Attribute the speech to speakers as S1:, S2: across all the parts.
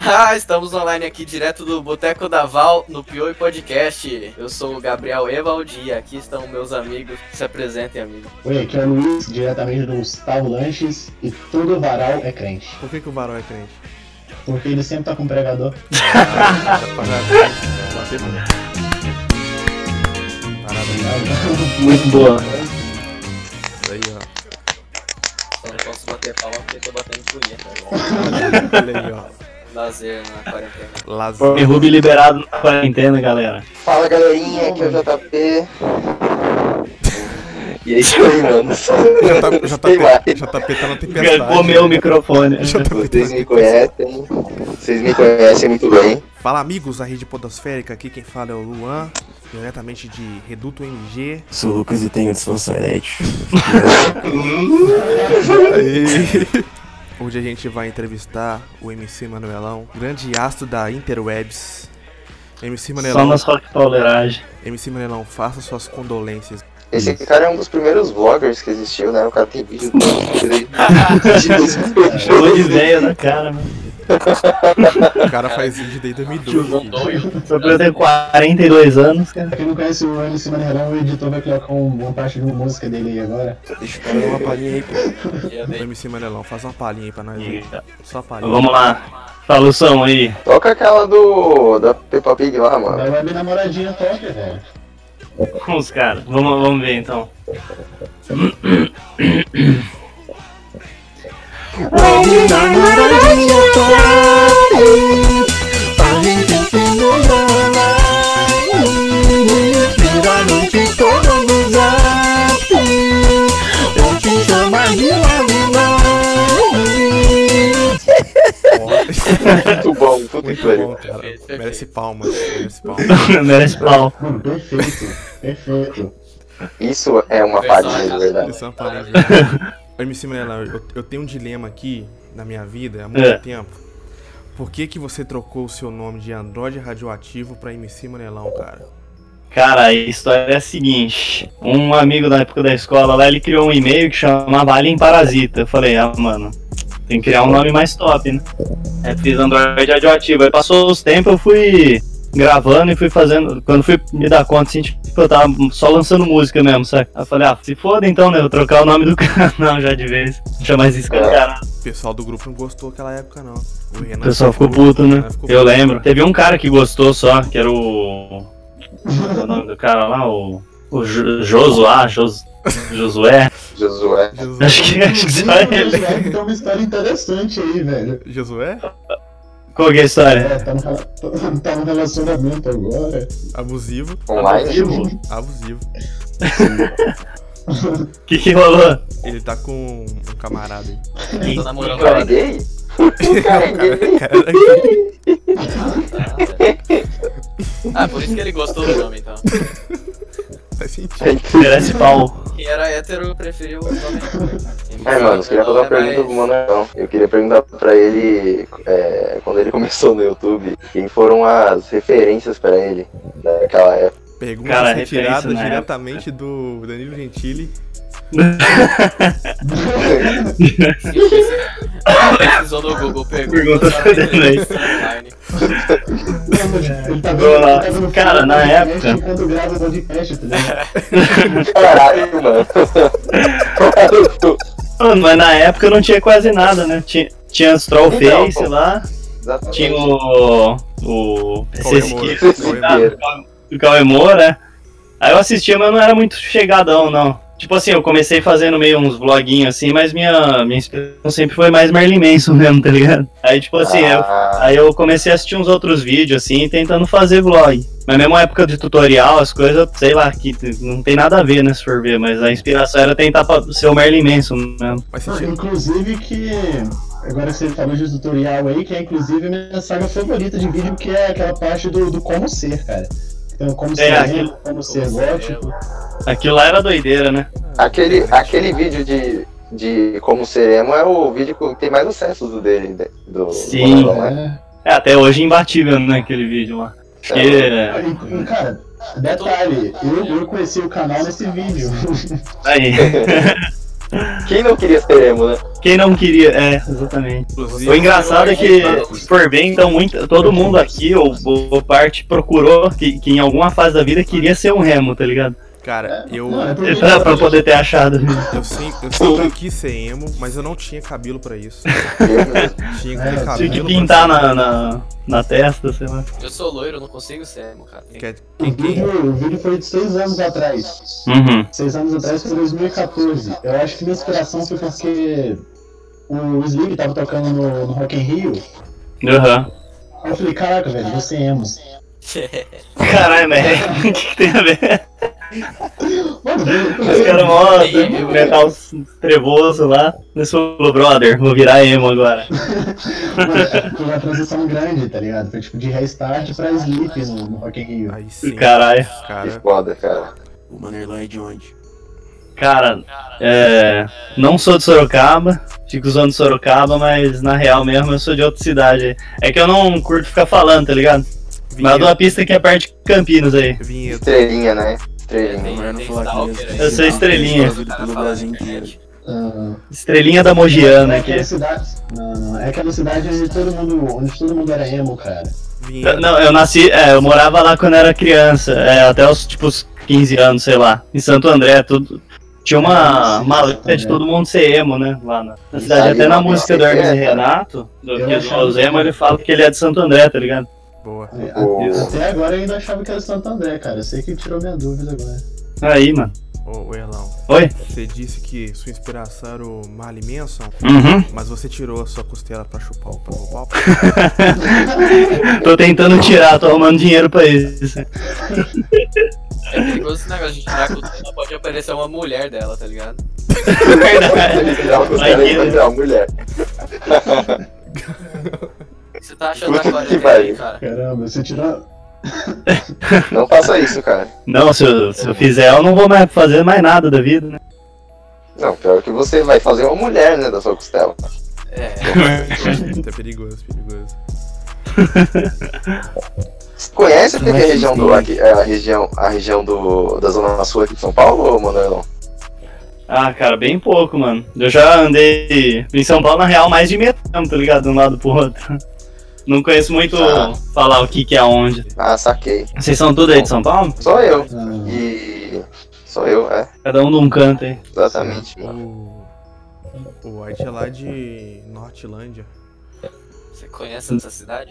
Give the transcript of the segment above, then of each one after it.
S1: Ah, estamos online aqui direto do Boteco da Val no Pioi Podcast. Eu sou o Gabriel Evaldi e aqui estão meus amigos. Se apresentem, amigo.
S2: Oi, aqui é o Luiz, diretamente do Gustavo Lanches, e todo varal é crente,
S3: Por que, que o varão é crente?
S2: porque ele sempre tá com um pregador.
S3: Parada
S2: Muito boa.
S3: aí, ó.
S1: Eu não posso bater palma porque tô batendo punheta.
S3: Olha aí, ó.
S1: Lazer na quarentena.
S3: Lazer.
S4: Derrube liberado na quarentena, galera.
S5: Fala galerinha, aqui é o JP. E é isso aí, mano.
S3: Já tá, já tá,
S5: Sei lá.
S3: já tá petando a tempestade.
S4: Comeu o microfone.
S5: Vocês me conhecem, vocês me conhecem muito bem.
S3: Fala, amigos da Rede Podosférica. Aqui quem fala é o Luan, diretamente de Reduto MG.
S6: Sou Lucas e tenho disfunção erétil.
S3: Hoje a gente vai entrevistar o MC Manuelão, grande astro da Interwebs. MC
S4: Só
S3: Manuelão,
S4: nas rock pauleiragem.
S3: MC Manuelão, faça suas condolências.
S5: Esse cara é um dos primeiros vloggers que existiu, né? O cara tem vídeo do de
S4: Chegou de ideia na cara, mano.
S3: O cara faz vídeo desde 2012.
S4: Só pra eu ter 42 anos, cara.
S2: Pra quem não conhece o MC Maneirão, o editor vai colocar um- uma parte de uma música dele aí agora.
S6: Deixa o cara dar uma palhinha aí, pô.
S1: Eu
S3: O
S1: dei
S3: MC Manuelão, faz uma palhinha aí pra nós. aí. Só a palhinha.
S4: Vamos lá. Fala o som aí.
S5: Toca aquela do. da Peppa Pig lá,
S3: Né?
S5: mano.
S2: Vai web namoradinha toca, velho.
S4: Com os caras. Vamos, vamos ver então.
S5: Muito bom, puta que
S3: Muito
S5: pariu.
S3: bom, cara.
S1: Perfeito,
S3: Merece
S1: perfeito.
S3: palmas. Merece palmas.
S4: Merece pau.
S2: Mano, perfeito. perfeito.
S5: Isso é uma farinha de verdade.
S3: Isso é uma parada de verdade. Ô, MC Manelão, eu, eu tenho um dilema aqui na minha vida há muito
S4: É.
S3: tempo. Por que, que você trocou o seu nome de Android Radioativo pra MC Manelão, cara?
S4: Cara, a história é a seguinte: um amigo da época da escola lá, ele criou um e-mail que chamava Alien Parasita. Eu falei, ah, mano, tem que criar um nome mais top, né? Aí fiz Android radioativo. Aí passou os tempos, eu fui gravando e fui fazendo. Quando fui me dar conta, assim, tipo, eu tava só lançando música mesmo, sabe? Aí eu falei, ah, se foda então, né? Eu trocar o nome do canal já de vez. Chamar esse cara.
S3: O pessoal do grupo não gostou daquela época, não. O
S4: O
S3: Renan
S4: pessoal ficou puto, né?
S3: Renan ficou
S4: Eu lembro. Teve um cara que gostou só, que era o. Qual é o nome do cara lá? O. O Jo- Josuá, Jos- Josué.
S5: Josué.
S3: Josué?
S4: Acho que, acho que só
S2: um
S4: ele.
S2: Ele tem uma história interessante aí, velho.
S3: Josué?
S4: Qual que é a história?
S2: É, tá no, rela- tá no relacionamento agora.
S3: Abusivo,
S5: é
S4: Tá
S5: um Online.
S4: O
S3: abusivo.
S4: que, que rolou?
S3: Ele tá com um camarada aí.
S1: Tô namorando
S5: O cara é
S1: ela.
S5: gay? O cara é
S3: Tá
S5: gay?
S1: Ah, por isso que ele gostou do nome, então.
S3: Faz sentido.
S4: Merece pau.
S1: Quem era hétero preferiu o nome.
S5: É, mano, eu queria fazer uma pergunta pro Manoel. Eu queria perguntar pra ele, é, quando ele começou no YouTube, quem foram as referências pra ele naquela época.
S3: Pergunta
S4: É, Cara,
S3: retirada
S4: referência na
S3: diretamente do Danilo Gentili.
S1: Precisou no Google
S4: Pergunta
S1: pergunta.
S4: pra ele
S1: Tá online.
S2: Ele tá
S4: Vou lá.
S2: ele tá no
S4: Cara, na
S2: podcast
S4: época-
S2: Enquanto grava o podcast, tá ligado?
S5: Caralho, mano.
S4: Mano, mas na época não tinha quase nada, né? Tinha, tinha as Trollface
S5: Então, pô.
S4: lá, tinha
S5: Exatamente.
S4: o. O.
S5: é
S3: Cauê
S4: Esse
S3: Moura.
S4: aqui,
S3: Cauê Moura.
S4: o Ah, Cauê Moura. né? Aí eu assistia, mas não era muito chegadão, não. Tipo assim, eu comecei fazendo meio uns vloguinhos assim, mas minha, minha inspiração sempre foi mais Merlin Manson mesmo, tá ligado? Aí, tipo assim, eu
S5: Ah,
S4: Aí eu comecei a assistir uns outros vídeos, assim, tentando fazer vlog. Mas mesmo a época de tutorial, as coisas, sei lá, que t- não tem nada a ver, né, se for ver. Mas a inspiração era tentar pa- ser o Merlin Manson mesmo.
S3: Faz
S2: Não,
S3: sentido.
S2: Inclusive que. Agora você falou de tutorial aí, que é inclusive a minha saga favorita de vídeo, que é aquela parte do, do como ser, cara. Então, como ser
S4: É, aquele-
S2: negro, como ser gótico.
S4: Aquilo lá era doideira, né?
S5: aquele, aquele vídeo de, de como seremos é o vídeo que tem mais acessos do dele. de- Do,
S4: Sim.
S5: do Manoel, né?
S4: É, até hoje é imbatível, né, aquele vídeo lá. Acho que...
S2: E, e, cara, detalhe, eu, eu conheci o canal nesse vídeo.
S4: Aí.
S5: Quem não queria seremos, né?
S4: Quem não queria, é, exatamente.
S3: Inclusive,
S4: O engraçado é que, se for bem, então muito, todo mundo aqui, ou boa parte, procurou que, que em alguma fase da vida queria ser um remo, tá ligado?
S3: cara, eu,
S2: Não, é pro-
S4: Pra, pra poder ter achado.
S3: eu, sim- eu sempre quis ser emo, mas eu não tinha cabelo pra isso. Tinha que ter
S2: É,
S4: Tinha
S3: cabelo.
S4: que
S3: pra
S4: pintar
S3: ser-
S4: na, na, na testa, sei lá.
S1: Eu sou loiro, não consigo ser emo, cara. Tem-
S3: Quer-
S2: O
S3: quem- quem-
S2: vídeo, o vídeo foi de seis anos atrás.
S4: Uhum.
S2: Seis anos atrás foi 2014. Eu acho que minha inspiração foi porque o Slim tava tocando no, no Rock in Rio.
S4: Aham.
S2: Aí eu falei, caraca, velho, você é emo.
S4: Caralho, mas é, o que, que tem a ver?
S2: Mano, eu-
S4: Os caras mó metal trevoso lá. Mas falou, brother, vou virar emo agora.
S2: Mano, Foi uma transição grande, tá ligado? Foi tipo de restart pra Sleep no, no Rock in Rio.
S3: Aí sim,
S4: Caralho.
S5: Que
S3: cara.
S5: foda, cara.
S6: O Manerlan é de onde?
S4: Cara, é, não sou de Sorocaba, fico usando Sorocaba, mas na real mesmo eu sou de outra cidade. É que eu não curto ficar falando, tá ligado? Mas eu dou uma
S3: Vinheta.
S4: pista que é perto de Campinas aí.
S3: vinheta.
S5: Estrelinha, né?
S1: tem-
S5: Estrelinha.
S1: tem
S6: falar que
S1: stalker
S6: mesmo.
S1: aí.
S4: Eu sou estrelinha.
S1: O cara
S6: Pelo
S1: fala na
S6: Brasil
S1: internet.
S2: Ah,
S4: Estrelinha da Mogiana
S2: é
S4: aqui.
S2: aquela cidade. Não, não, é aquela cidade onde todo mundo, onde todo mundo era emo, cara.
S3: Vinheta.
S4: Não, eu nasci, é, eu morava lá quando era criança, é, até os tipo os 15 anos, sei lá, em Santo André, é tudo. Tinha uma, uma letra de todo mundo ser emo, né? Lá na, na cidade. Até na música do Hermes e Renato, do que os emo, ele fala que ele é de Santo André, tá ligado?
S3: Boa.
S2: Ah,
S5: O-
S2: Até agora eu ainda achava que era Santo André, cara. Eu sei que tirou minha dúvida agora.
S4: Aí, mano.
S3: Ô, ô, Erlão.
S4: Oi?
S3: Você disse que sua inspiração era o Marley Manson,
S4: Uhum.
S3: mas você tirou a sua costela pra chupar o pau. pau- pau.
S4: Tô tentando tirar, tô arrumando dinheiro pra isso.
S1: É perigoso esse negócio, a gente tirar a costela, pode aparecer uma mulher dela, tá ligado?
S4: Verdade.
S5: Vai virar uma mulher.
S1: Você tá achando
S5: Puta
S1: agora
S5: que
S1: até aí,
S5: pariu.
S1: cara?
S2: Caramba, você tirou.
S5: Não faça isso, cara.
S4: Não, se eu, se eu fizer, eu não vou mais fazer mais nada da vida, né?
S5: Não, pior que você vai fazer uma mulher, né, da sua costela.
S1: É,
S3: Isso é perigoso, perigoso.
S5: Você Conhece o que que é a região do
S6: Mas
S5: aqui, é, a região, a região do, da Zona Sul aqui de São Paulo, ô, Manuelão?
S4: Ah, cara, bem pouco, mano. Eu já andei em São Paulo, na real, mais de metrô, tá ligado? De um lado pro outro. Não conheço muito
S5: Ah.
S4: falar o que que é onde.
S5: Ah, saquei.
S4: Vocês são tudo aí de São Paulo?
S5: Só eu.
S2: Ah,
S5: E. Só eu, é.
S4: Cada um de um canto aí.
S5: Exatamente, mano.
S3: O. O White é lá de Nortilândia.
S1: você conhece essa cidade?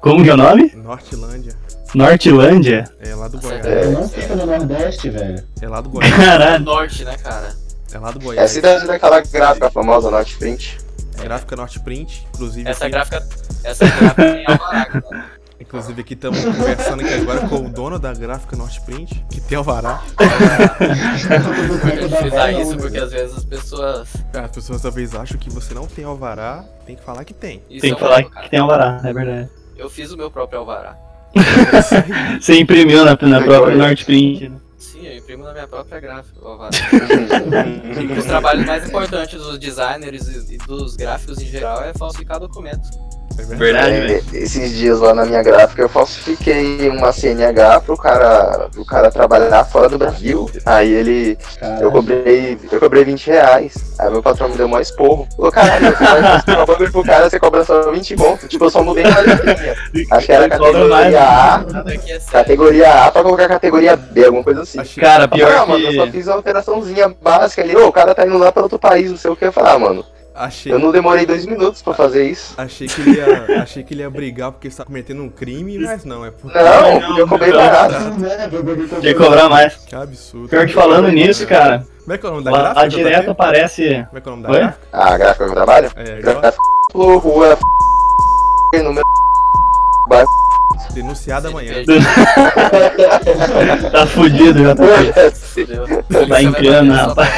S4: Como que é o nome?
S3: Nortilândia.
S4: Nortilândia?
S3: É lá do
S1: É.
S3: Goiás.
S2: eu não fico no Nordeste, velho.
S3: É lá do Goiás.
S1: É
S4: Caralho.
S1: norte, né, cara?
S3: É lá do
S5: É a
S3: Goiás. É
S5: cidade daquela gráfica famosa Norte Print.
S3: Gráfica Norte Print. Inclusive
S1: Essa
S3: aqui,
S1: gráfica. Essa gráfica é tem alvará, cara.
S3: inclusive aqui estamos conversando aqui agora com o dono da gráfica Norte Print, que tem alvará.
S1: Tem que frisar isso porque às vezes as pessoas.
S3: As pessoas talvez acham que você não tem alvará, tem que falar que tem.
S1: Isso
S4: Tem
S1: é
S4: que
S1: um
S4: falar
S1: erro,
S4: que
S1: cara.
S4: tem alvará, é verdade.
S1: Eu fiz o meu próprio alvará.
S4: Você imprimiu
S5: É
S4: na, na própria Nortprint, né?
S1: Sim, eu imprimo na minha própria gráfica o alvará.
S4: É,
S1: Um dos trabalhos mais importantes dos designers e e dos gráficos em geral é falsificar documentos.
S3: É verdade.
S4: Verdade, velho.
S5: É, esses dias lá na minha gráfica eu falsifiquei uma CNH pro cara, pro cara trabalhar fora do Brasil. Aí ele Eu
S2: Cara,
S5: cobrei, eu cobrei 20 reais. Aí meu patrão me deu maior esporro. Falou, caralho, você vai fazer um bagulho pro cara, você cobra só 20 conto. Tipo, eu só mudei uma letrinha. Acho que era
S4: Cobra mais. né?
S5: categoria A,
S1: Nada aqui é sério.
S5: categoria A pra colocar categoria B, alguma coisa assim.
S4: Cara,
S5: Eu falei,
S4: pior
S5: ah, mano, eu só
S4: que.
S5: fiz uma alteraçãozinha básica ali. Ô, o cara tá indo lá pra outro país, não sei o que. Eu falei, ah, mano,
S3: Achei,
S4: um
S5: eu não demorei dois minutos pra fazer isso.
S3: achei, que ele ia, achei que ele ia brigar porque está cometendo um crime, mas não, é porque.
S5: Não,
S4: Não,
S5: eu cobrei
S4: não.
S5: barato.
S2: né, pra poder comprar-
S4: Tinha que cobrar mais.
S3: Que absurdo.
S4: Pior que falando nisso, cara,
S3: Como é que é o nome da
S4: lá,
S3: gráfica?
S4: lá direto
S3: JP?
S4: aparece.
S3: Como é que é o nome da
S4: Oi?
S3: gráfica?
S5: Ah, a gráfica que eu trabalho?
S3: É, agora,
S5: Gráfica rua, número. bairro.
S3: denunciado amanhã.
S4: Tá fudido já.
S1: Entendeu?
S4: Tá encriando, rapaz.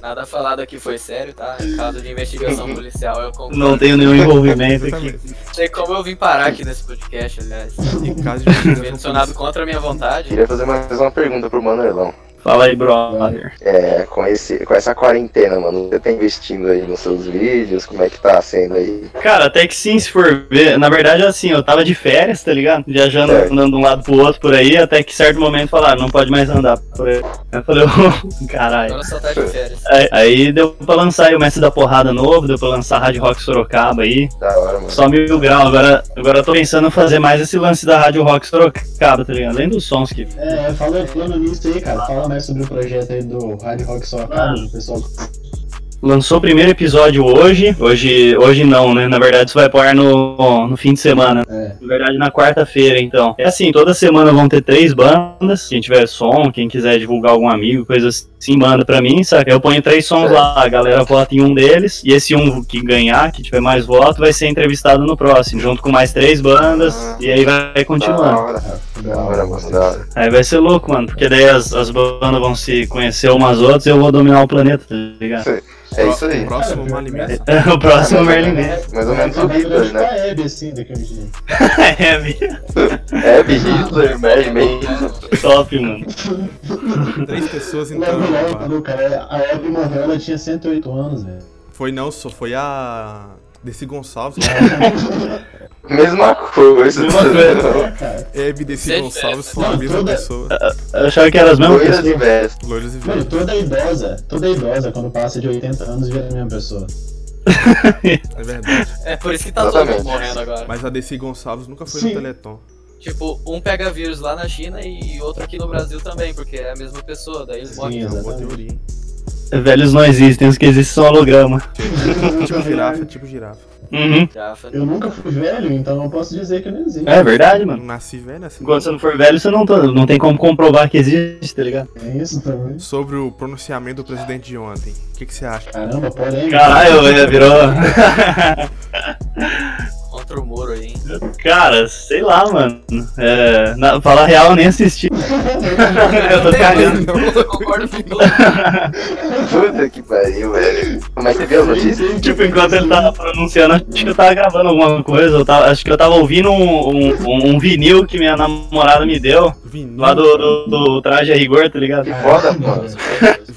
S1: Nada falado aqui foi sério, tá? Caso de investigação policial, eu concluo.
S4: Não tenho nenhum envolvimento aqui.
S3: Exatamente.
S1: Não sei como eu vim parar aqui nesse podcast, aliás.
S3: Em caso de
S1: Fui adicionado contra a minha vontade.
S5: Queria fazer mais uma pergunta pro Manuelão.
S4: Fala aí, brother.
S5: É, com, esse, com essa quarentena, mano, você tá investindo aí nos seus vídeos? Como é que tá sendo aí?
S4: Cara, até que sim, se for ver. Na verdade, assim, eu tava de férias, tá ligado? Viajando,
S5: Certo.
S4: andando de um lado pro outro por aí, até que certo momento falaram, não pode mais andar por aí. Aí Eu falei, ô, caralho.
S1: Agora só tá de férias.
S4: Aí, aí deu pra lançar aí o Mestre da Porrada novo, deu pra lançar a Rádio Rock Sorocaba aí.
S5: Da hora, mano.
S4: Só mil grau. Agora, agora eu tô pensando em fazer mais esse lance da Rádio Rock Sorocaba, tá ligado? Além dos sons que.
S2: É, fala, falando nisso aí, cara, fala mais sobre o projeto aí do Hard Rock Só
S1: Ah.
S2: Acaba,
S4: Mano.
S2: pessoal.
S4: Lançou o primeiro episódio hoje. Hoje, hoje não, né? Na verdade, isso vai pro ar no, no fim de semana.
S2: É.
S4: Na verdade, na quarta-feira, então. É assim, toda semana vão ter três bandas. Quem tiver som, quem quiser divulgar algum amigo, coisa assim, manda pra mim, saca? Eu ponho três sons lá, a galera vota em um deles. E esse um que ganhar, que tiver mais voto, vai ser entrevistado no próximo, junto com mais três bandas. E aí vai continuando.
S5: Da hora, da hora, mano, da hora.
S4: Aí vai ser louco, mano, porque daí as, as bandas vão se conhecer umas outras e eu vou dominar o planeta, tá ligado?
S5: É isso aí.
S3: O próximo Mali Mesa.
S4: o próximo é o Merlin Manson.
S5: Mais ou menos o Hitler, né?
S2: É, Hebe, assim, daquele jeito.
S4: É, minha.
S5: É, Hitler, Mary Manson.
S4: Top, mano.
S3: Três pessoas entrando no
S2: Lembro logo,
S3: bar.
S2: é viu, cara, É, a Hebe morreu, ela tinha 108 anos, velho.
S3: Foi não, só foi a. Desse Gonçalves. né?
S5: Mesma coisa.
S4: Mesma coisa.
S2: É, cara.
S3: Hebe Desse
S1: Seja-
S3: Gonçalves foi a
S2: Não,
S3: mesma
S2: toda-
S3: pessoa.
S4: Eu achava que eram as mesmas
S5: Loiras
S4: pessoas.
S5: e vestes.
S3: Loiras e
S2: Mano,
S3: velhas.
S2: toda idosa, toda idosa, quando passa de 80 anos, vira a mesma pessoa.
S3: É verdade.
S1: É por isso que tá todo mundo
S5: Exatamente.
S1: morrendo agora.
S3: Mas a Desse Gonçalves nunca foi
S2: Sim.
S3: no Teleton.
S1: Tipo, um pega vírus lá na China e outro aqui no Brasil também, porque é a mesma pessoa, daí eles
S2: Sim,
S1: morrem.
S3: É uma boa
S2: Exatamente.
S3: teoria, hein?
S4: Velhos não existem, os que existem são holograma.
S2: é
S3: Tipo girafa, tipo girafa.
S4: Uhum.
S1: Jafa.
S2: Eu nunca fui velho, então não posso dizer que eu não existe.
S4: É verdade, mano.
S3: Não nasci velho assim.
S4: Quando você não for velho, você não, tá- não tem como comprovar que existe, tá ligado?
S2: É isso
S3: né?
S2: também.
S3: Sobre o pronunciamento do presidente de ontem. O que, que você acha?
S2: Caramba, polêmica.
S4: Caralho, é, virou.
S1: Contra o muro aí, hein?
S4: Cara, sei lá, mano. É, na, falar real, eu nem assisti. eu tô cagando.
S1: Eu concordo com tudo.
S5: Puta que pariu, velho. é Mas você viu as notícias?
S4: Tipo, enquanto ele tava pronunciando, acho que eu tava gravando alguma coisa. Eu tava, acho que eu tava ouvindo um, um, um vinil que minha namorada me deu.
S3: Vinil.
S4: Lá do, do, do traje a rigor, tá ligado?
S5: Que foda, mano.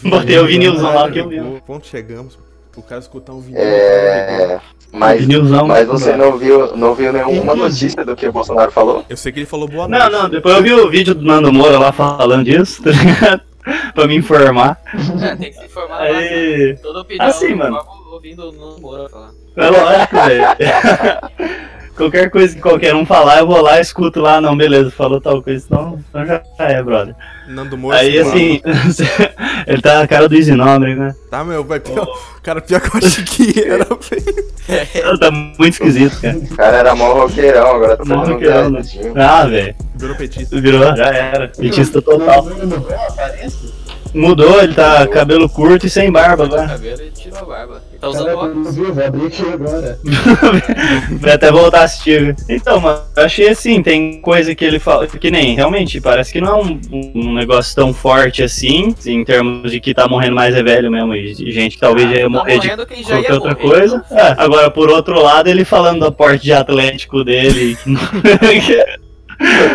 S4: Botei o vinilzão lá que eu vi.
S3: Chegou, Ponto chegamos. O cara escutar um vinil.
S5: É. Mas,
S4: Vinilzão.
S5: mas você não viu, não viu nenhuma notícia do que o Bolsonaro falou?
S3: Eu sei que ele falou boa noite.
S4: Não, não, depois eu vi o vídeo do Nando Moura lá falando disso, tá ligado? pra me informar.
S1: É, tem que se informar. Aí...
S4: Aí.
S1: Toda opinião.
S4: Assim, mano.
S1: eu Ouvindo o Nuno Moura falar.
S4: É lógico, velho. Qualquer coisa que qualquer um falar, eu vou lá, escuto lá, não, beleza, falou tal coisa, então, então já é, brother.
S3: Nando Moura.
S4: Aí
S3: sei lá.
S4: assim, ele tá na cara do Easy Nobre, né?
S3: Tá, meu, vai pior. Cara, pior que eu achei que era, velho.
S4: Tá muito esquisito, cara.
S5: O cara era mó roqueirão, agora tá
S4: Mó
S5: fazendo um
S4: roqueirão, né?
S5: garotinho.
S4: Ah, velho,
S3: Virou petista.
S4: virou, já era. Petista total.
S2: Aparece?
S4: Mudou, ele tá cabelo curto e sem barba
S1: Tirou o
S4: agora.
S1: cabelo e tirou a barba. Ele tá usando
S2: Cara,
S1: óculos.
S2: não viu, vou abrir aqui agora.
S4: Vai até voltar a assistir. Então, mano, eu achei assim, tem coisa que ele fala. Que nem, realmente, parece que não é um, um negócio tão forte assim, assim, em termos de que tá morrendo mais é velho mesmo, e de gente que talvez já ia
S1: tá
S4: morrer de
S1: morrendo quem já
S4: qualquer
S1: ia
S4: outra
S1: morrer.
S4: coisa. É, agora, por outro lado, ele falando da porte de Atlético dele, que não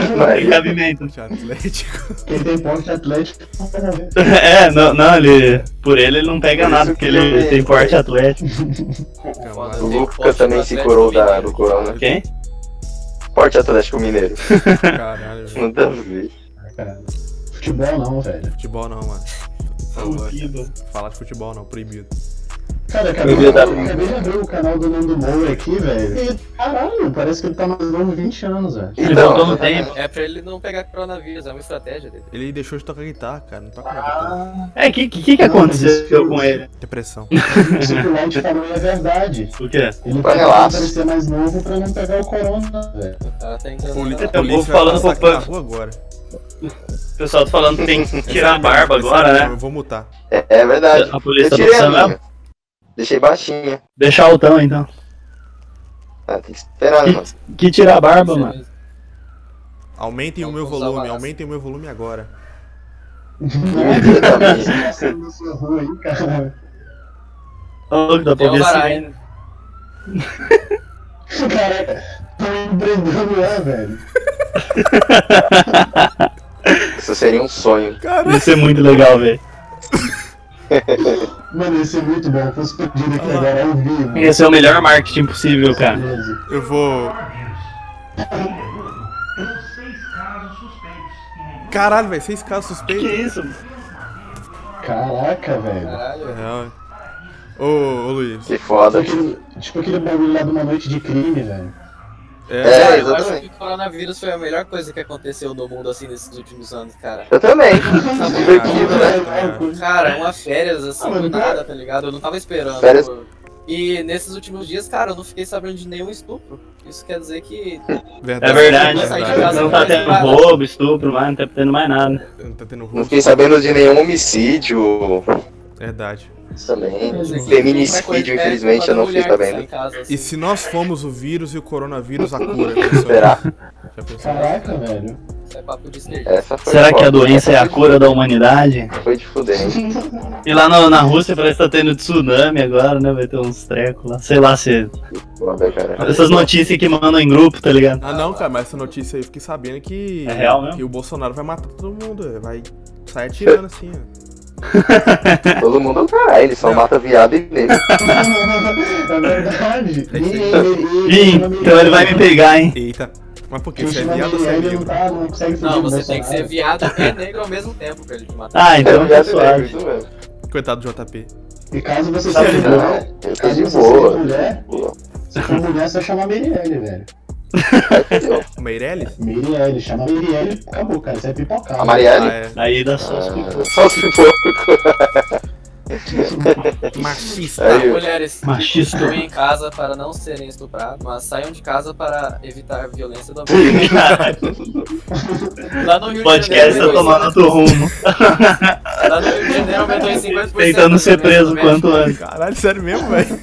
S4: não tem cabimento.
S3: De Atlético.
S2: Quem tem porte atlético. tá
S4: É, não, não, ele. Por ele ele não pega nada, porque ele é tem porte atlético.
S1: Foda-se,
S5: O
S1: tem
S5: Luca
S1: poste
S5: também
S1: do
S5: se
S1: Atlético
S5: curou da,
S1: Mineiro.
S5: do corona.
S4: Quem?
S5: Porte Atlético Mineiro.
S3: Caralho, velho.
S5: Nada a ver.
S2: Cara, futebol não, velho.
S3: Futebol não, mano. Falar de futebol não, proibido.
S2: Cara, acabei,
S5: Eu ia dar-
S2: acabei de abrir o canal do Nando Moura aqui, velho. E caralho, parece que ele tá mais novo 20 anos, velho.
S4: Ele
S5: Então,
S4: voltou no tempo.
S1: É pra ele não pegar coronavírus, é uma estratégia dele.
S3: Ele deixou de tocar guitarra, cara. Não toca mais guitarra.
S4: É, o que, que, que aconteceu com ele?
S3: Depressão.
S2: O circulante falou a verdade.
S4: O quê?
S2: Ele
S5: Vai
S2: tá
S5: relaxa.
S2: tentando parecer mais novo pra não pegar o corona, velho.
S1: O cara tá
S3: Poli-
S1: enganando.
S4: Então,
S3: Polícia vai
S4: falando
S3: passar aqui
S4: pro
S3: na rua agora.
S4: O pessoal tá falando que tem que tirar a
S3: Essa é
S4: barba
S3: minha-
S4: agora,
S3: essa
S4: né?
S3: é minha- Eu vou mutar.
S5: É, é verdade.
S4: A
S5: Eu
S4: polícia tá
S5: tirei a
S4: pensando,
S5: minha. Deixei baixinha.
S4: deixar altão então.
S5: Ah, tem que esperar, mano.
S4: Que tirar a barba, mano.
S3: Aumentem o
S1: Não,
S3: meu
S1: não usava
S3: volume,
S1: essa.
S3: aumentem o meu volume agora.
S5: Imediatamente.
S2: Tá sendo na sua rua aí, cara.
S4: Ô, da
S1: Tem o
S4: polícia.
S1: Varai, né?
S2: Caraca, tá me prendendo lá, velho.
S5: Isso seria um sonho.
S3: Cara,
S4: Ia ser muito legal, velho.
S2: Mano, ia ser muito bom. Fosse perdido aqui
S3: Ah.
S2: agora ao vivo.
S4: Ia ser o melhor marketing possível, cara.
S2: Beleza.
S3: eu vou. Caralho, velho, seis casos suspeitos.
S4: isso?
S2: Caraca, velho.
S3: Não. Ô, ô Luiz.
S5: Que foda.
S2: Tipo aquele- Tipo aquele bagulho lá de uma noite de crime, velho.
S5: É,
S3: É.
S1: eu acho
S5: exatamente.
S1: que o coronavírus foi a melhor coisa que aconteceu no mundo assim nesses últimos anos, cara.
S5: Eu também. Divertido, né?
S1: Cara, umas férias assim,
S2: Ah, mano,
S1: do
S2: cara-
S1: nada, tá ligado? Eu não tava esperando.
S5: Férias-
S1: E nesses últimos dias, cara, eu não fiquei sabendo de nenhum estupro. Isso quer dizer que.
S4: É verdade. Não tá tendo roubo, estupro, mais, não tá tendo mais nada.
S3: Não tá tendo
S5: Não
S3: roubo.
S5: fiquei sabendo de nenhum homicídio.
S3: Verdade.
S5: Isso também.
S1: quer dizer que qualquer
S5: Feminicídio,
S1: coisa-
S5: infelizmente,
S1: é,
S5: eu não
S1: toda
S5: fiquei
S1: mulher que sai
S5: sabendo.
S1: em casa, assim.
S3: E se nós fomos o vírus e o coronavírus a cura? Já pensou?
S5: Será?
S3: Já pensou?
S2: Caraca, velho.
S1: Isso é papo de esquerda.
S5: Essa foi
S4: Será que a
S5: foda.
S4: doença é a cura da humanidade?
S5: Foi de fuder, hein?
S4: E lá no- na Rússia parece que tá tendo tsunami agora, né? Vai ter uns trecos lá. Sei lá se.
S5: Foda, cara.
S4: Essas notícias que mandam em grupo, tá ligado?
S3: Ah não, cara, mas essa notícia aí eu fiquei sabendo que.
S4: É real mesmo?
S3: Que o Bolsonaro vai matar todo mundo, ele vai sair atirando assim, ó.
S5: Todo mundo é o caralho, ele só
S3: Não.
S5: mata viado e negro.
S2: é verdade.
S3: É isso aí.
S4: Ih, então ele vai me pegar, hein?
S3: Eita. Mas por que?
S2: Quem
S3: Você é
S2: chama
S3: viado ou você é
S2: ele não,
S3: negro?
S2: tá, não consegue fugir
S1: Não,
S2: do
S1: você tem que ser
S2: Bolsonaro.
S1: viado e negro ao mesmo tempo pra ele te matar.
S4: Ah, então
S5: viado
S4: tá
S5: e negro,
S4: suave.
S5: isso mesmo.
S3: Coitado do JP.
S2: E caso você
S4: Sabe
S2: seja
S4: não.
S2: mulher,
S5: Não, Então, eu tô
S2: caso
S5: de
S2: você
S5: boa.
S2: seja mulher, se for mulher, você vai chamar Mirielle, velho.
S3: O Meirelles?
S2: Mirielle, chama Mirielle, acabou, cara. Você é pipocado.
S5: A
S3: Ah,
S5: Marielle?
S3: é.
S4: Aí dá só os
S5: Ah, Só se for.
S3: Machista.
S5: Aí, eu-
S1: Tá, Mulheres,
S4: Machista.
S1: fiquem em casa para não serem estupradas, mas saiam de casa para evitar violência doméstica.
S4: O
S1: Lá no Rio de Janeiro,
S4: podcast tá
S1: aumentou
S4: tomando outro rumo.
S1: em- lá no Rio de Janeiro aumentou em 50%.
S3: tá
S4: Tentando ser
S1: a
S4: preso
S1: violência
S4: quanto antes.
S3: Caralho, sério mesmo, velho?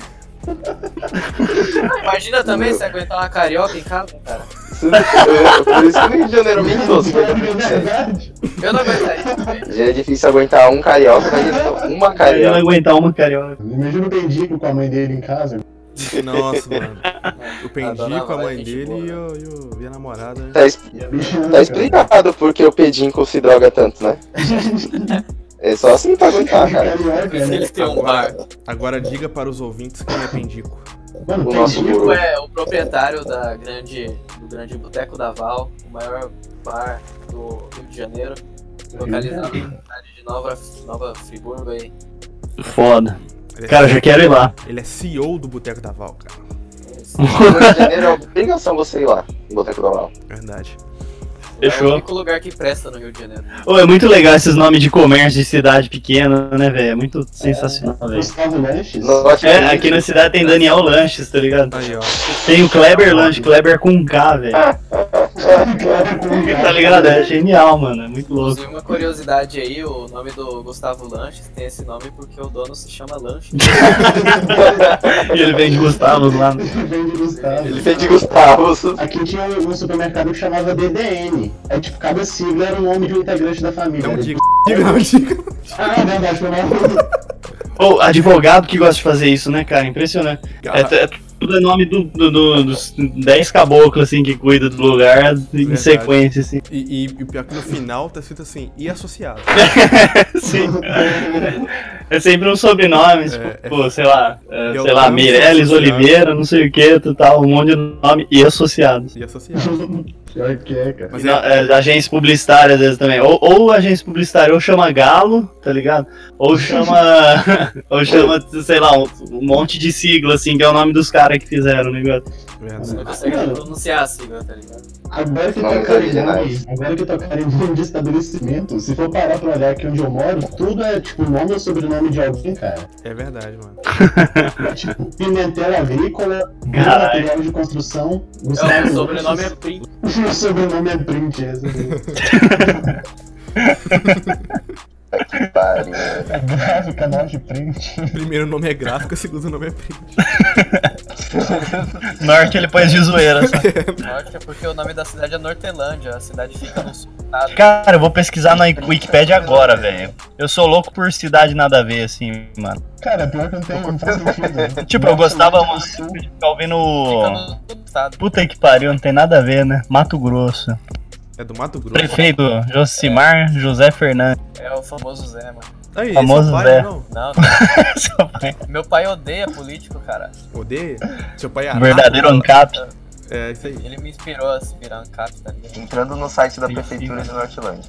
S1: doméstica. Imagina também se aguentar uma carioca em casa, cara.
S5: Por isso que no Rio de Janeiro me
S2: É verdade.
S1: Eu não aguentaria também.
S5: Já é difícil aguentar um carioca, imagina uma
S4: Aí eu não
S5: carioca.
S4: aguentar uma carioca.
S2: Imagina o Bendigo com a mãe dele em casa.
S3: Nossa, mano. Eu
S4: Ah,
S1: dona
S3: pendi com a
S1: Val é
S3: mãe
S1: gente
S3: dele
S1: boa,
S3: e,
S1: né?
S3: eu, e, eu, e a namorada. né?
S5: Tá, es-
S2: E a bicha,
S5: tá
S2: cara.
S5: explicado porque o Pedinco se droga tanto, né? É só assim pra aguentar, cara.
S2: Carioca, né?
S1: Eles têm um bar.
S3: Agora diga para os ouvintes quem é Pendico.
S2: Mano,
S5: O nosso
S2: Bendigo,
S5: guru.
S1: é o proprietário da grande, do grande Boteco da Val, o maior bar do Rio de Janeiro, localizado na cidade de Nova, Nova Friburgo aí.
S4: Foda.
S3: Ele é,
S4: Cara, eu já quero ir lá.
S3: ele é CEO do Boteco da Val, cara.
S5: No Rio de Janeiro é obrigação você ir lá, no Boteco do Mal.
S3: Verdade.
S1: É o
S4: Fechou.
S1: único lugar que presta no Rio de Janeiro.
S4: Ô, é muito legal esses nomes de comércio de cidade pequena, né, velho? É muito sensacional, velho.
S2: Gustavo Lanches.
S5: Norte
S4: É, aqui na cidade tem Daniel Lanches, tá ligado?
S3: Aí, ó.
S4: Tem o Kleber Lanches, Kleber com K, velho. Tá
S2: Tá
S4: ligado? É genial, mano. É muito louco.
S1: Inclusive, uma curiosidade aí, o nome do Gustavo Lanches tem esse nome porque o dono se chama Lanches. né?
S4: E ele vem de Gustavo lá. né?
S2: Vem de Gustavo.
S5: ele vem de Gustavo.
S2: Aqui tinha um, um supermercado que chamava DDN. Aí, tipo, cada sigla era o nome de um integrante da
S1: É
S2: família.
S3: Não
S2: Era
S3: Então diga. Diga, não diga.
S2: Ah, é verdade, foi mal.
S4: Ou advogado que gosta de fazer isso, né, cara? Impressionante. É,
S3: Cara,
S4: t- é tudo é nome do, do- do- dos 10 caboclos, assim, que cuida do lugar em
S3: Verdade.
S4: sequência, assim.
S3: E, e- e o pior que no final tá escrito assim, e associado.
S4: Sim. É sempre um sobrenome,
S3: É,
S4: tipo, pô, sei lá, é,
S3: Eu
S4: sei lá,
S3: amo
S4: Meirelles
S3: associado.
S4: Oliveira, não sei o que, tal, um monte de nome e associados.
S3: E associado.
S2: Pior que é, cara.
S3: Mas
S4: E
S3: é,
S4: na- é, agência publicitária às vezes também. Ou, ou agência publicitária ou chama galo, tá ligado? Ou chama. ou chama, sei lá, um, um monte de sigla, assim, que é o nome dos caras que fizeram né, o negócio.
S1: Você
S3: verdade.
S1: não consegue pronunciar a sigla, tá ligado?
S2: Agora que
S5: Nomes
S2: tocarem nome,
S5: originais.
S2: agora que tocarem nome de estabelecimento, se for parar pra olhar aqui onde eu moro, tudo é tipo nome ou sobrenome de alguém, cara.
S3: É verdade, mano.
S2: É, tipo, Pimentel Agrícola,
S4: Caralho.
S2: material de construção,
S1: É,
S2: Gustavo
S1: o sobrenome é
S2: Lanches.
S1: Print.
S2: O sobrenome é print, é isso aí.
S5: Pare.
S2: É grave, canal de print.
S3: Primeiro nome é gráfico, segundo nome é print.
S4: Norte ele põe de zoeira. assim. sabe?
S1: Norte é porque o nome da cidade é Nortelândia, a cidade fica no sul. do estado.
S4: Cara, eu vou pesquisar na Wikipedia agora, velho. Eu sou louco por cidade nada a ver, assim, mano.
S2: Cara, pior que não tem, não faz sentido.
S4: Tipo, eu gostava muito de ficar ouvindo.
S1: Fica no sul do estado.
S4: Puta que pariu, não tem nada a ver, né? Mato Grosso.
S3: É do Mato Grosso.
S4: Prefeito Josimar José Fernandes.
S1: É o famoso Zé, mano.
S3: Aí,
S4: famoso
S3: seu pai
S4: Zé.
S3: não?
S1: Não,
S4: Seu pai,
S1: meu pai odeia político, cara.
S3: Odeia? Seu pai é anarco?
S4: Um Verdadeiro ANCAP.
S3: É, isso aí.
S1: Ele me inspirou a virar um cap, tá ligado?
S5: Entrando no site da
S4: Sim,
S5: Prefeitura
S4: sim,
S5: de Nortilândia.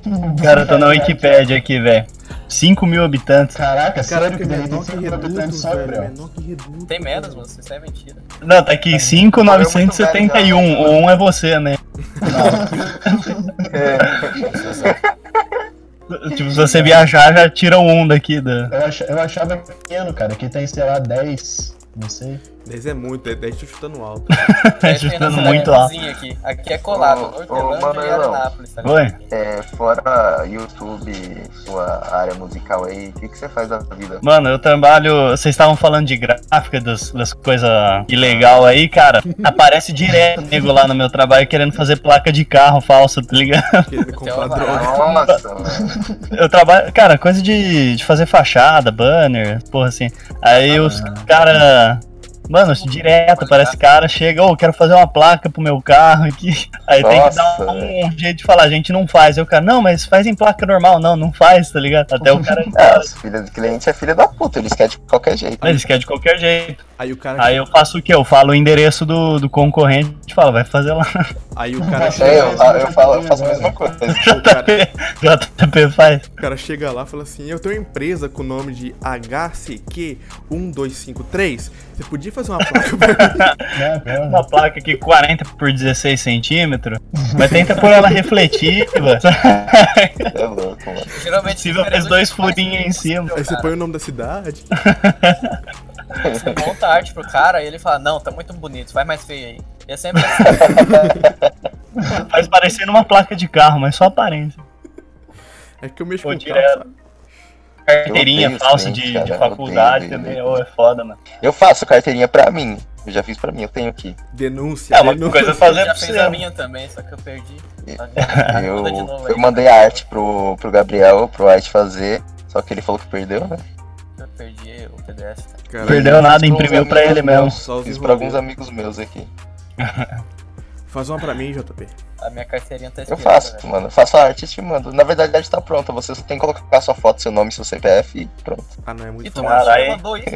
S4: Cara, eu tô na Wikipédia aqui, velho. 5 mil habitantes.
S2: Caraca, sério
S3: Caraca,
S4: tipo
S2: que
S3: é
S2: daí tem
S3: menor que
S2: 5 mil habitantes
S3: reduto,
S2: só,
S3: velho.
S2: Gabriel.
S3: Menor que reduto.
S1: Tem menos, mano, isso é mentira.
S4: Não, tá aqui 5,971. O 1 é você, né? Tipo, se você viajar, já tira o 1 daqui. Da...
S2: Eu, ach- eu achava pequeno, cara. Aqui tem, sei lá, 10, não sei.
S3: 10 é muito, é 10 tô chutando alto.
S4: Tá
S1: Deve ter
S4: chutando
S1: é nossa
S4: muito lá.
S1: vizinha Aqui. aqui é colado,
S5: Ô, ô,
S1: Hortelândia e
S5: Manuelão.
S1: Anápolis, tá
S4: Oi?
S1: ligado?
S5: É, fora YouTube, sua área musical aí, o que, que você faz da vida?
S4: Mano, eu trabalho. Vocês estavam falando de gráfica, das, das coisas ilegal aí, cara. Aparece direto nego lá no meu trabalho querendo fazer placa de carro falsa, tá ligado?
S3: Querendo
S1: Até
S3: comprar
S1: o
S3: droga.
S5: Nossa, mano.
S4: Eu trabalho. Cara, coisa de, de fazer fachada, banner, porra assim. Aí os cara. Mano, direto, parece cara, chega, ô, quero fazer uma placa pro meu carro aqui. Aí tem que dar
S5: Nossa,
S4: um, jeito de falar, a gente não faz. Aí o cara, não, mas faz em placa normal, não, não faz, tá ligado? Até o cara.
S5: É, os filhos do cliente é filha da puta, eles querem de qualquer jeito.
S4: Mas quer de qualquer jeito.
S3: Aí o cara,
S4: Aí eu faço o quê? Eu falo o endereço do, do concorrente e falo, vai fazer lá.
S3: aí o cara
S5: É, eu,
S3: chega,
S5: fa-
S4: assim,
S5: eu falo, eu
S4: né?
S5: faço a mesma coisa.
S3: o cara,
S4: JP faz.
S3: o cara chega lá e fala assim: "Eu tenho uma empresa com o nome de HCQ 1253. Você podia fazer uma placa pra mim?"
S2: Né, mesmo.
S4: Uma placa aqui 40 por 16 centímetros. Mas tenta pôr ela refletiva.
S5: É louco, mano.
S1: Geralmente
S4: Possível,
S1: esses
S4: fez dois
S1: caras fazem
S4: furinhos em
S1: isso,
S4: cima.
S1: cara.
S3: Aí você põe o nome da cidade.
S1: Você monta a arte pro cara e ele fala, não, tá muito bonito, vai mais feio aí. E é sempre assim,
S4: Faz parecendo uma placa de carro, mas só aparência.
S3: É que eu mexo
S4: Pô,
S3: com o
S4: direto.
S3: cara. sabe?
S4: Carteirinha
S5: odeio
S4: falsa
S5: cliente,
S4: de,
S5: cara,
S4: de
S5: eu
S4: faculdade
S5: odeio,
S4: também. Ô,
S5: odeio.
S4: é foda, mano.
S5: Eu faço carteirinha pra mim. Eu já fiz pra mim, eu tenho aqui.
S3: Denúncia,
S4: É uma
S3: denúncia.
S4: coisa fazer pra
S1: já fez a
S4: você.
S1: minha também, só que eu perdi. Manda de novo
S5: Eu,
S1: aí.
S5: eu mandei a arte pro, pro Gabriel, pro Arte fazer, só que ele falou que perdeu, né?
S1: Eu perdi o PDF. cara.
S3: Cara,
S4: Perdeu nada,
S5: Fiz pra
S4: imprimiu
S5: uns
S4: pra
S5: amigos
S4: ele mesmo.
S5: meus,
S3: Só os
S5: Fiz pra alguns
S3: envolvidos.
S5: amigos meus aqui.
S3: Faz uma pra mim, JP.
S1: A minha carteirinha tá
S5: Eu
S1: expirada,
S5: faço,
S1: velho.
S5: mano. Eu faço a arte e te mando. Na verdade, a arte tá pronta. Você só tem que colocar sua foto, seu nome, seu CPF e pronto.
S3: Ah, não é muito
S1: E tu
S3: famoso.
S1: mano,
S4: Caralho.
S1: você mandou isso?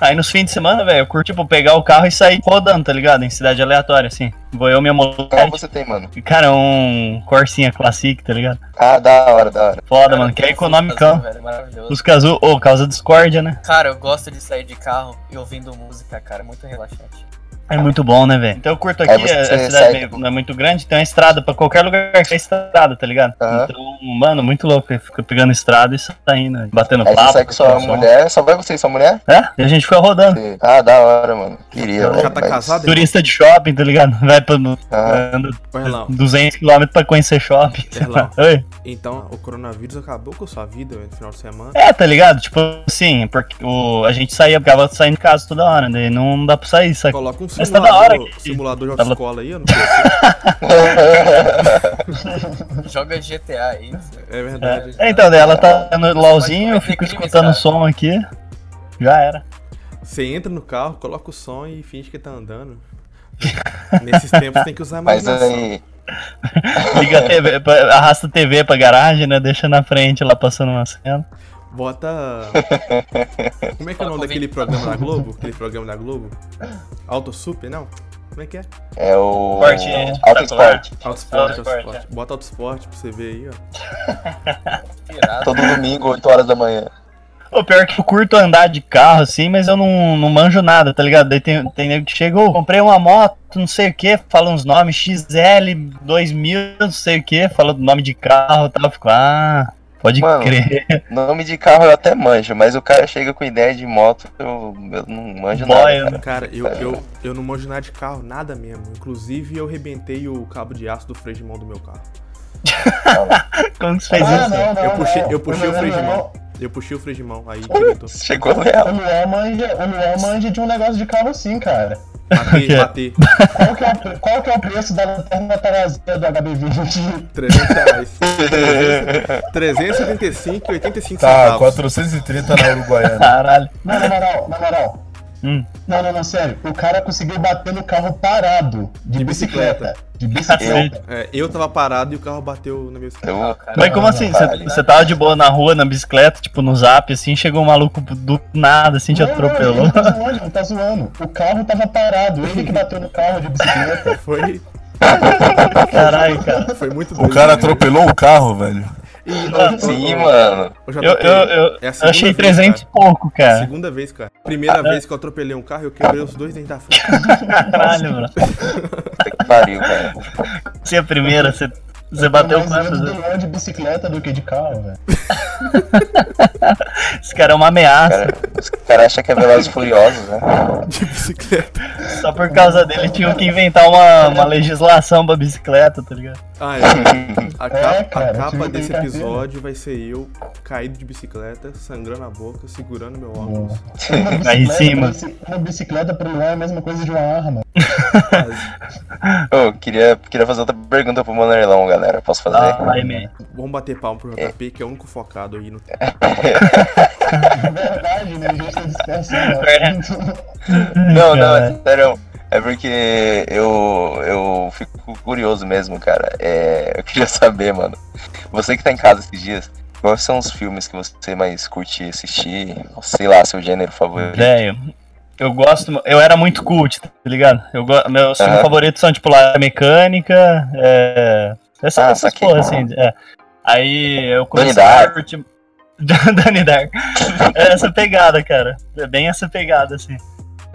S4: Aí nos fins de semana, velho, eu curto, tipo, pegar o carro e sair rodando, tá ligado? Em cidade aleatória, assim. Vou eu, minha
S5: Que carro
S4: mulher.
S5: você tem, mano?
S4: Cara, é um Corsinha Classic, tá ligado?
S5: Ah, da hora, da hora.
S4: Foda,
S1: Cara,
S4: mano, que é
S1: tem um
S4: economicão.
S1: Fusca azul, velho, maravilhoso.
S4: Os Azul, ô, causa discórdia, né?
S1: Cara, eu gosto de sair de carro e ouvindo música, cara, é muito relaxante.
S4: É muito bom, né, velho? Então eu curto
S5: Aí
S4: aqui,
S5: É, você
S4: a, a cidade
S5: sai-
S4: meio- não é muito grande, tem uma estrada pra qualquer lugar que é estrada, tá ligado?
S5: Aham.
S4: Então, mano, muito louco, fica pegando estrada e saindo, né? batendo
S5: Aí É, você
S4: papo.
S5: sai com sua
S4: som.
S5: mulher, só vai você e sua mulher?
S4: É? E a gente fica rodando.
S5: Sim. Ah, da hora, mano. Queria,
S3: Ela
S5: velho.
S3: já tá
S5: mas-
S3: casada?
S4: Turista de shopping, tá ligado? Vai pra,
S5: Ah,
S4: anda
S3: Olha lá, ó.
S4: 200km pra conhecer shopping. sei lá. Oi?
S3: Então, o coronavírus acabou com a sua vida no final de semana.
S4: É, tá ligado? Tipo assim, porque o, a gente saía, ficava saindo de casa toda hora, né? Não dá pra sair, saca?
S3: Coloca um
S4: Mas tá da hora
S3: simulador,
S4: que-
S3: simulador de
S4: Tava-
S3: autoescola aí, eu não sei.
S1: Joga GTA aí. velho.
S3: É verdade.
S4: É, então, daí ela tá no LOLzinho, eu
S1: Mas vai ter
S4: fico
S1: crimes,
S4: escutando o
S1: cara.
S4: som aqui. Já era.
S3: Você entra no carro, coloca o som e finge que tá andando. Nesses tempos tem que usar mais
S5: mas aí.
S4: Liga a TV, pra- arrasta a TV pra garagem, né? Deixa na frente lá passando uma cena.
S3: Bota. Como é que é o nome daquele programa da Globo? Aquele programa da Globo? Auto Super, não? Como é que é?
S5: É o.
S4: Esporte espetacular.
S5: Auto Esporte.
S3: Auto Sport,
S4: Autosport,
S3: Auto Sport. Bota Auto Sport pra você ver aí, ó.
S1: Pirata.
S5: Todo domingo, 8 horas da manhã.
S4: O pior é que eu curto andar de carro, assim, mas eu não, não manjo nada, tá ligado? Daí tem, tem nego que chega, ô, comprei uma moto, não sei o que, fala uns nomes, XL2000, não sei o que, fala o nome de carro e tal. Eu fico, ah, pode
S5: Mano,
S4: crer.
S5: Nome de carro eu até manjo, mas o cara chega com ideia de moto, eu, eu não manjo
S4: Boia,
S5: nada.
S4: né?
S3: Cara, eu, eu, eu não manjo nada de carro, nada mesmo. Inclusive, eu rebentei o cabo de aço do freio de mão do meu carro.
S4: Como que você faz isso?
S2: né?
S3: Eu puxei- eu puxei o
S2: Ah, Não, não,
S3: freio de
S2: não.
S3: mão. Eu puxei o freio de mão, aí arrebentou.
S5: Cara. Chegou real.
S2: O Luan manja, o Luan manja de um negócio de carro assim, cara.
S3: Bater, bater.
S2: Qual que é o, pre- qual que é o preço da lanterna traseira do HB20?
S3: 300 reais. 375 e 85
S7: Tá,
S3: centavos.
S5: Tá,
S7: 430 na Uruguaiana.
S4: Caralho.
S2: Não, na moral, na moral.
S4: Hum.
S2: Não, não, não, sério. O cara conseguiu bater no carro parado. De,
S3: De bicicleta.
S2: bicicleta. De bicicleta.
S3: É, eu tava parado e o carro bateu na minha bicicleta.
S1: Ah,
S7: Então,
S1: cara,
S4: Mas como assim? Você
S5: né?
S4: você tava de boa na rua, na bicicleta, tipo, no zap, assim, chegou um maluco do nada, assim, te
S2: Não, não, ele
S4: atropelou.
S2: Não, tá zoando, não tá zoando. O carro tava parado. Ele que bateu no carro de bicicleta.
S3: Foi,
S4: Caralho, cara.
S3: foi muito bom.
S7: o cara atropelou o carro, velho.
S4: tá
S5: Sim, mano.
S3: Eu,
S4: Eu, eu, eu,
S3: É a
S4: eu achei É.
S3: segunda vez,
S4: 300 e pouco,
S3: Cara.
S4: cara.
S3: Segunda vez, cara. Primeira vez que eu atropelei um carro, eu quebrei os dois dentes da frente.
S4: Caralho, bro.
S5: Puta que pariu, cara.
S4: Você é a primeira, você, você bateu
S2: Tá mais medo
S3: um
S4: quantos?
S2: do leão de bicicleta do que de carro, velho.
S4: Esse cara é uma ameaça.
S5: cara os caras acham que é Velozes e Furiosos, né?
S3: De bicicleta.
S4: Só por causa dele tinham que inventar uma, uma legislação pra bicicleta, tá ligado?
S3: Ah, é. A capa, a
S2: cara,
S3: capa
S2: tive
S3: desse
S2: brincadeira.
S3: episódio vai ser eu caído de bicicleta, sangrando a boca, segurando meu
S2: Boa.
S3: óculos.
S2: Uma bicicleta
S4: Aí em cima.
S2: pra esse- Uma bicicleta pro leão é a mesma coisa de uma arma.
S3: Ah,
S5: Eu queria, queria fazer outra pergunta pro Manuelão, galera. Posso fazer?
S4: Ah, vai, man.
S3: Vamos bater palma pro JP, que é o único focado aí no
S4: Ah.
S2: É verdade, né? A gente tá disperso. né?
S4: É.
S5: Não, não,
S4: Cara.
S5: é sério. É porque eu, eu fico curioso mesmo, cara. É, eu queria saber, mano. Você que tá em casa esses dias, quais são os filmes que você mais curte assistir? Ou Sei lá, seu gênero favorito.
S4: Velho, eu gosto. Eu era muito cult, tá ligado? Eu go- meus filmes
S5: Aham.
S4: favoritos são, tipo, lá, Mecânica, é. Essa,
S5: Ah,
S4: essas
S5: saquei.
S4: porra, assim. é. Aí eu comecei
S5: Donnie Darko.
S4: a curtir. Donnie Darko. É essa pegada, cara. É bem essa pegada, assim.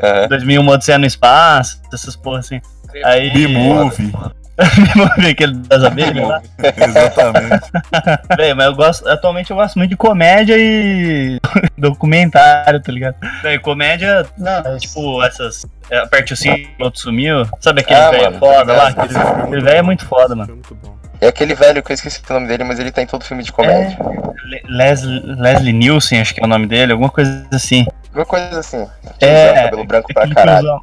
S5: Aham.
S4: 2001 Odisseia no Espaço, essas porra, assim. Aí.
S7: B-Movie.
S4: B-Movie, aquele das abelhas lá.
S7: Exatamente.
S4: Bem, mas eu gosto. Atualmente eu gosto muito de comédia e documentário, tá ligado? Daí, comédia,
S2: Não, mas-
S4: tipo, essas. É, aperte o cinto, o outro sumiu. Sabe aquele
S5: Ah,
S4: velho
S5: mano,
S4: foda lá?
S5: tá
S4: Aquele, aquele velho é muito foda, mano.
S3: Foi muito bom.
S5: É aquele velho que eu esqueci o nome dele, mas ele tá em todo filme de comédia.
S4: É. Le- Leslie, Leslie Nielsen, acho que é o nome dele, alguma coisa assim.
S5: Alguma coisa assim.
S4: É,
S5: Tiozão, cabelo branco pra
S4: Aquele
S5: caralho.
S4: cuzão.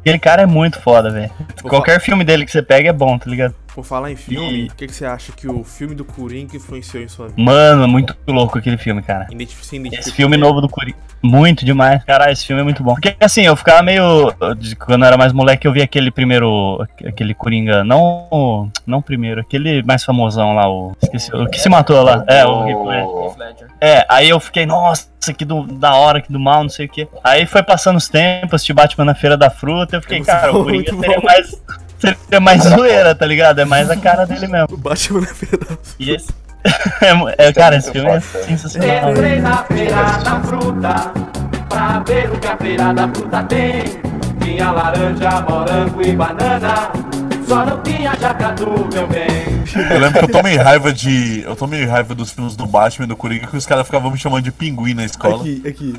S4: Aquele cara é muito foda, velho.
S3: Vou
S4: Qualquer filme dele que você pega é bom, tá ligado?
S3: fa- Por falar em filme, o que, que você acha que o filme do Coringa influenciou em sua vida?
S4: Mano, é muito louco aquele filme, cara.
S3: Identif
S4: Esse
S3: se identificou
S4: filme
S3: com
S4: novo do Coringa. Muito demais. Caralho, esse filme é muito bom. Porque assim, eu ficava meio. de- Quando eu era mais moleque, eu vi aquele primeiro. Aquele Coringa. Não. o- Não o primeiro, aquele mais famosão lá, o. Esqueci. O que se matou lá. É, o Heath Ledger.
S5: O-
S1: Ledger.
S4: É, aí eu fiquei, nossa, que do, da hora, que do mal, não sei o quê. Aí foi passando os tempos, assisti Batman na Feira da Fruta, eu fiquei,
S3: Muito
S4: cara,
S3: bom,
S4: o Coringa
S3: muito
S4: seria
S3: bom.
S4: mais. Seria mais zoeira, tá ligado? É mais a cara dele mesmo.
S3: O Batman na verdade.
S4: E esse. é mu- é, cara, esse filme é
S5: foda.
S4: sensacional. velho.
S8: Entrei na feira da fruta pra ver o que a feira da fruta tem. Tinha laranja, morango e banana, só não tinha jacatu, meu bem.
S7: Eu lembro que eu tomei raiva de. Eu tomei raiva dos filmes do Batman e do Coringa que os caras ficavam me chamando de pinguim na escola.
S3: Aqui, aqui.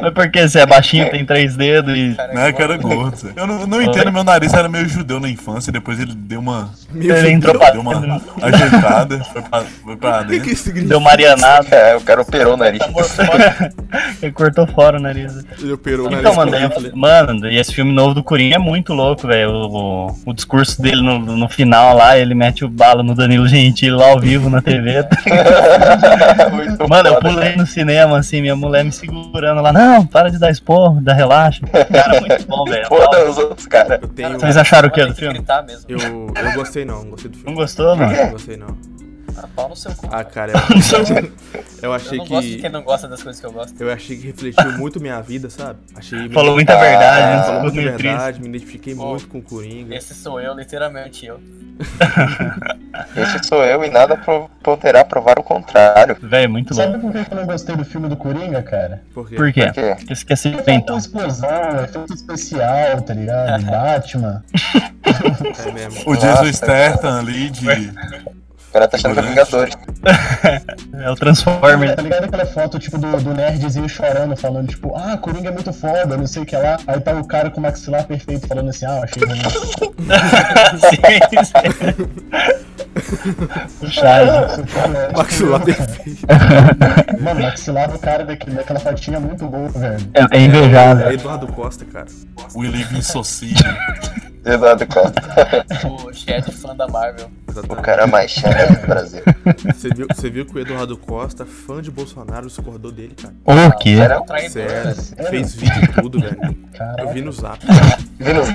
S4: Mas por que você é baixinho, tem três dedos e.
S7: Né, cara gordo. velho. Eu não, eu não entendo, meu nariz era meio judeu na infância, depois ele deu uma.
S3: Meu
S4: Ele entrou pra
S7: Deu uma
S4: dentro,
S7: ajeitada, foi pra, foi pra
S3: O que, que
S7: dentro.
S3: isso significa?
S4: deu marianada,
S5: É, o cara operou o nariz.
S4: ele cortou fora o nariz.
S3: Ele operou o nariz
S4: Então, mano,
S3: com
S4: daí eu
S3: Hitler.
S4: falei, mano, e esse filme novo do Coringa é muito louco, velho. O, o- o discurso dele no, no final lá, ele mete o bala no Danilo Gentili lá ao vivo na tá TV.
S5: Muito
S4: Mano, eu
S5: foda,
S4: pulei no cinema, assim, minha mulher me segurando lá, não, para de dar esporro, dá relaxa. Cara, muito bom, velho.
S5: Foda os outros, cara.
S3: Eu tenho.
S4: Vocês acharam o que
S1: Tem
S4: do filme?
S1: gritar mesmo.
S3: Eu, eu gostei não, não gostei do
S4: Não
S3: filme.
S4: gostou, mano?
S3: Não gostei não.
S1: Ah, pau no seu cu.
S3: Ah, cara, eu, eu
S1: Eu
S3: achei
S1: não gosto de
S3: que.
S1: quem não gosta das coisas que eu gosto.
S3: Eu achei que refletiu muito minha vida, sabe? Achei.
S4: Falou muita
S5: Ah,
S4: verdade, né?
S5: falou
S4: Ficou
S3: Muito
S4: meio triste.
S3: verdade, me identifiquei
S1: Bom.
S3: muito com o Coringa.
S1: Esse sou eu, literalmente eu.
S5: Esse sou eu e nada pro- poderá provar o contrário.
S4: Velho, muito louco.
S2: Sabe por que que eu não gostei do filme do Coringa, cara?
S3: Porque
S4: Por quê?
S5: Porque
S4: Porque esqueci
S2: Porque faltou
S4: então.
S2: explosão, é efeito especial, tá ligado? Batman.
S3: é mesmo.
S7: O Jason Statham ali de.
S5: o cara tá achando que é Vingadores.
S4: É o Transformer.
S2: Tá ligado aquela foto, tipo, do, do nerdzinho chorando, falando, tipo, ah, Coringa é muito foda, não sei o que lá. Aí tá o cara com o maxilar perfeito falando assim, ah, eu achei ruim.
S4: sim, sim. Charles.
S2: Isso, cara, é-
S3: Maxilar perfeito.
S2: Mano, o maxilar do cara daquele, daquela fotinha é muito bom, velho.
S4: É, é invejável.
S3: É Eduardo Costa, cara.
S7: We Live in Society.
S5: Exato, cara.
S1: O chat fã da Marvel.
S5: O cara é mais chato do Brasil.
S3: Você viu, você viu que o Eduardo Costa, fã de Bolsonaro, discordou dele, cara?
S4: O quê?
S1: É
S5: Era um
S3: Sério, fez vídeo e tudo, velho. Eu vi no zap.
S5: Vênus.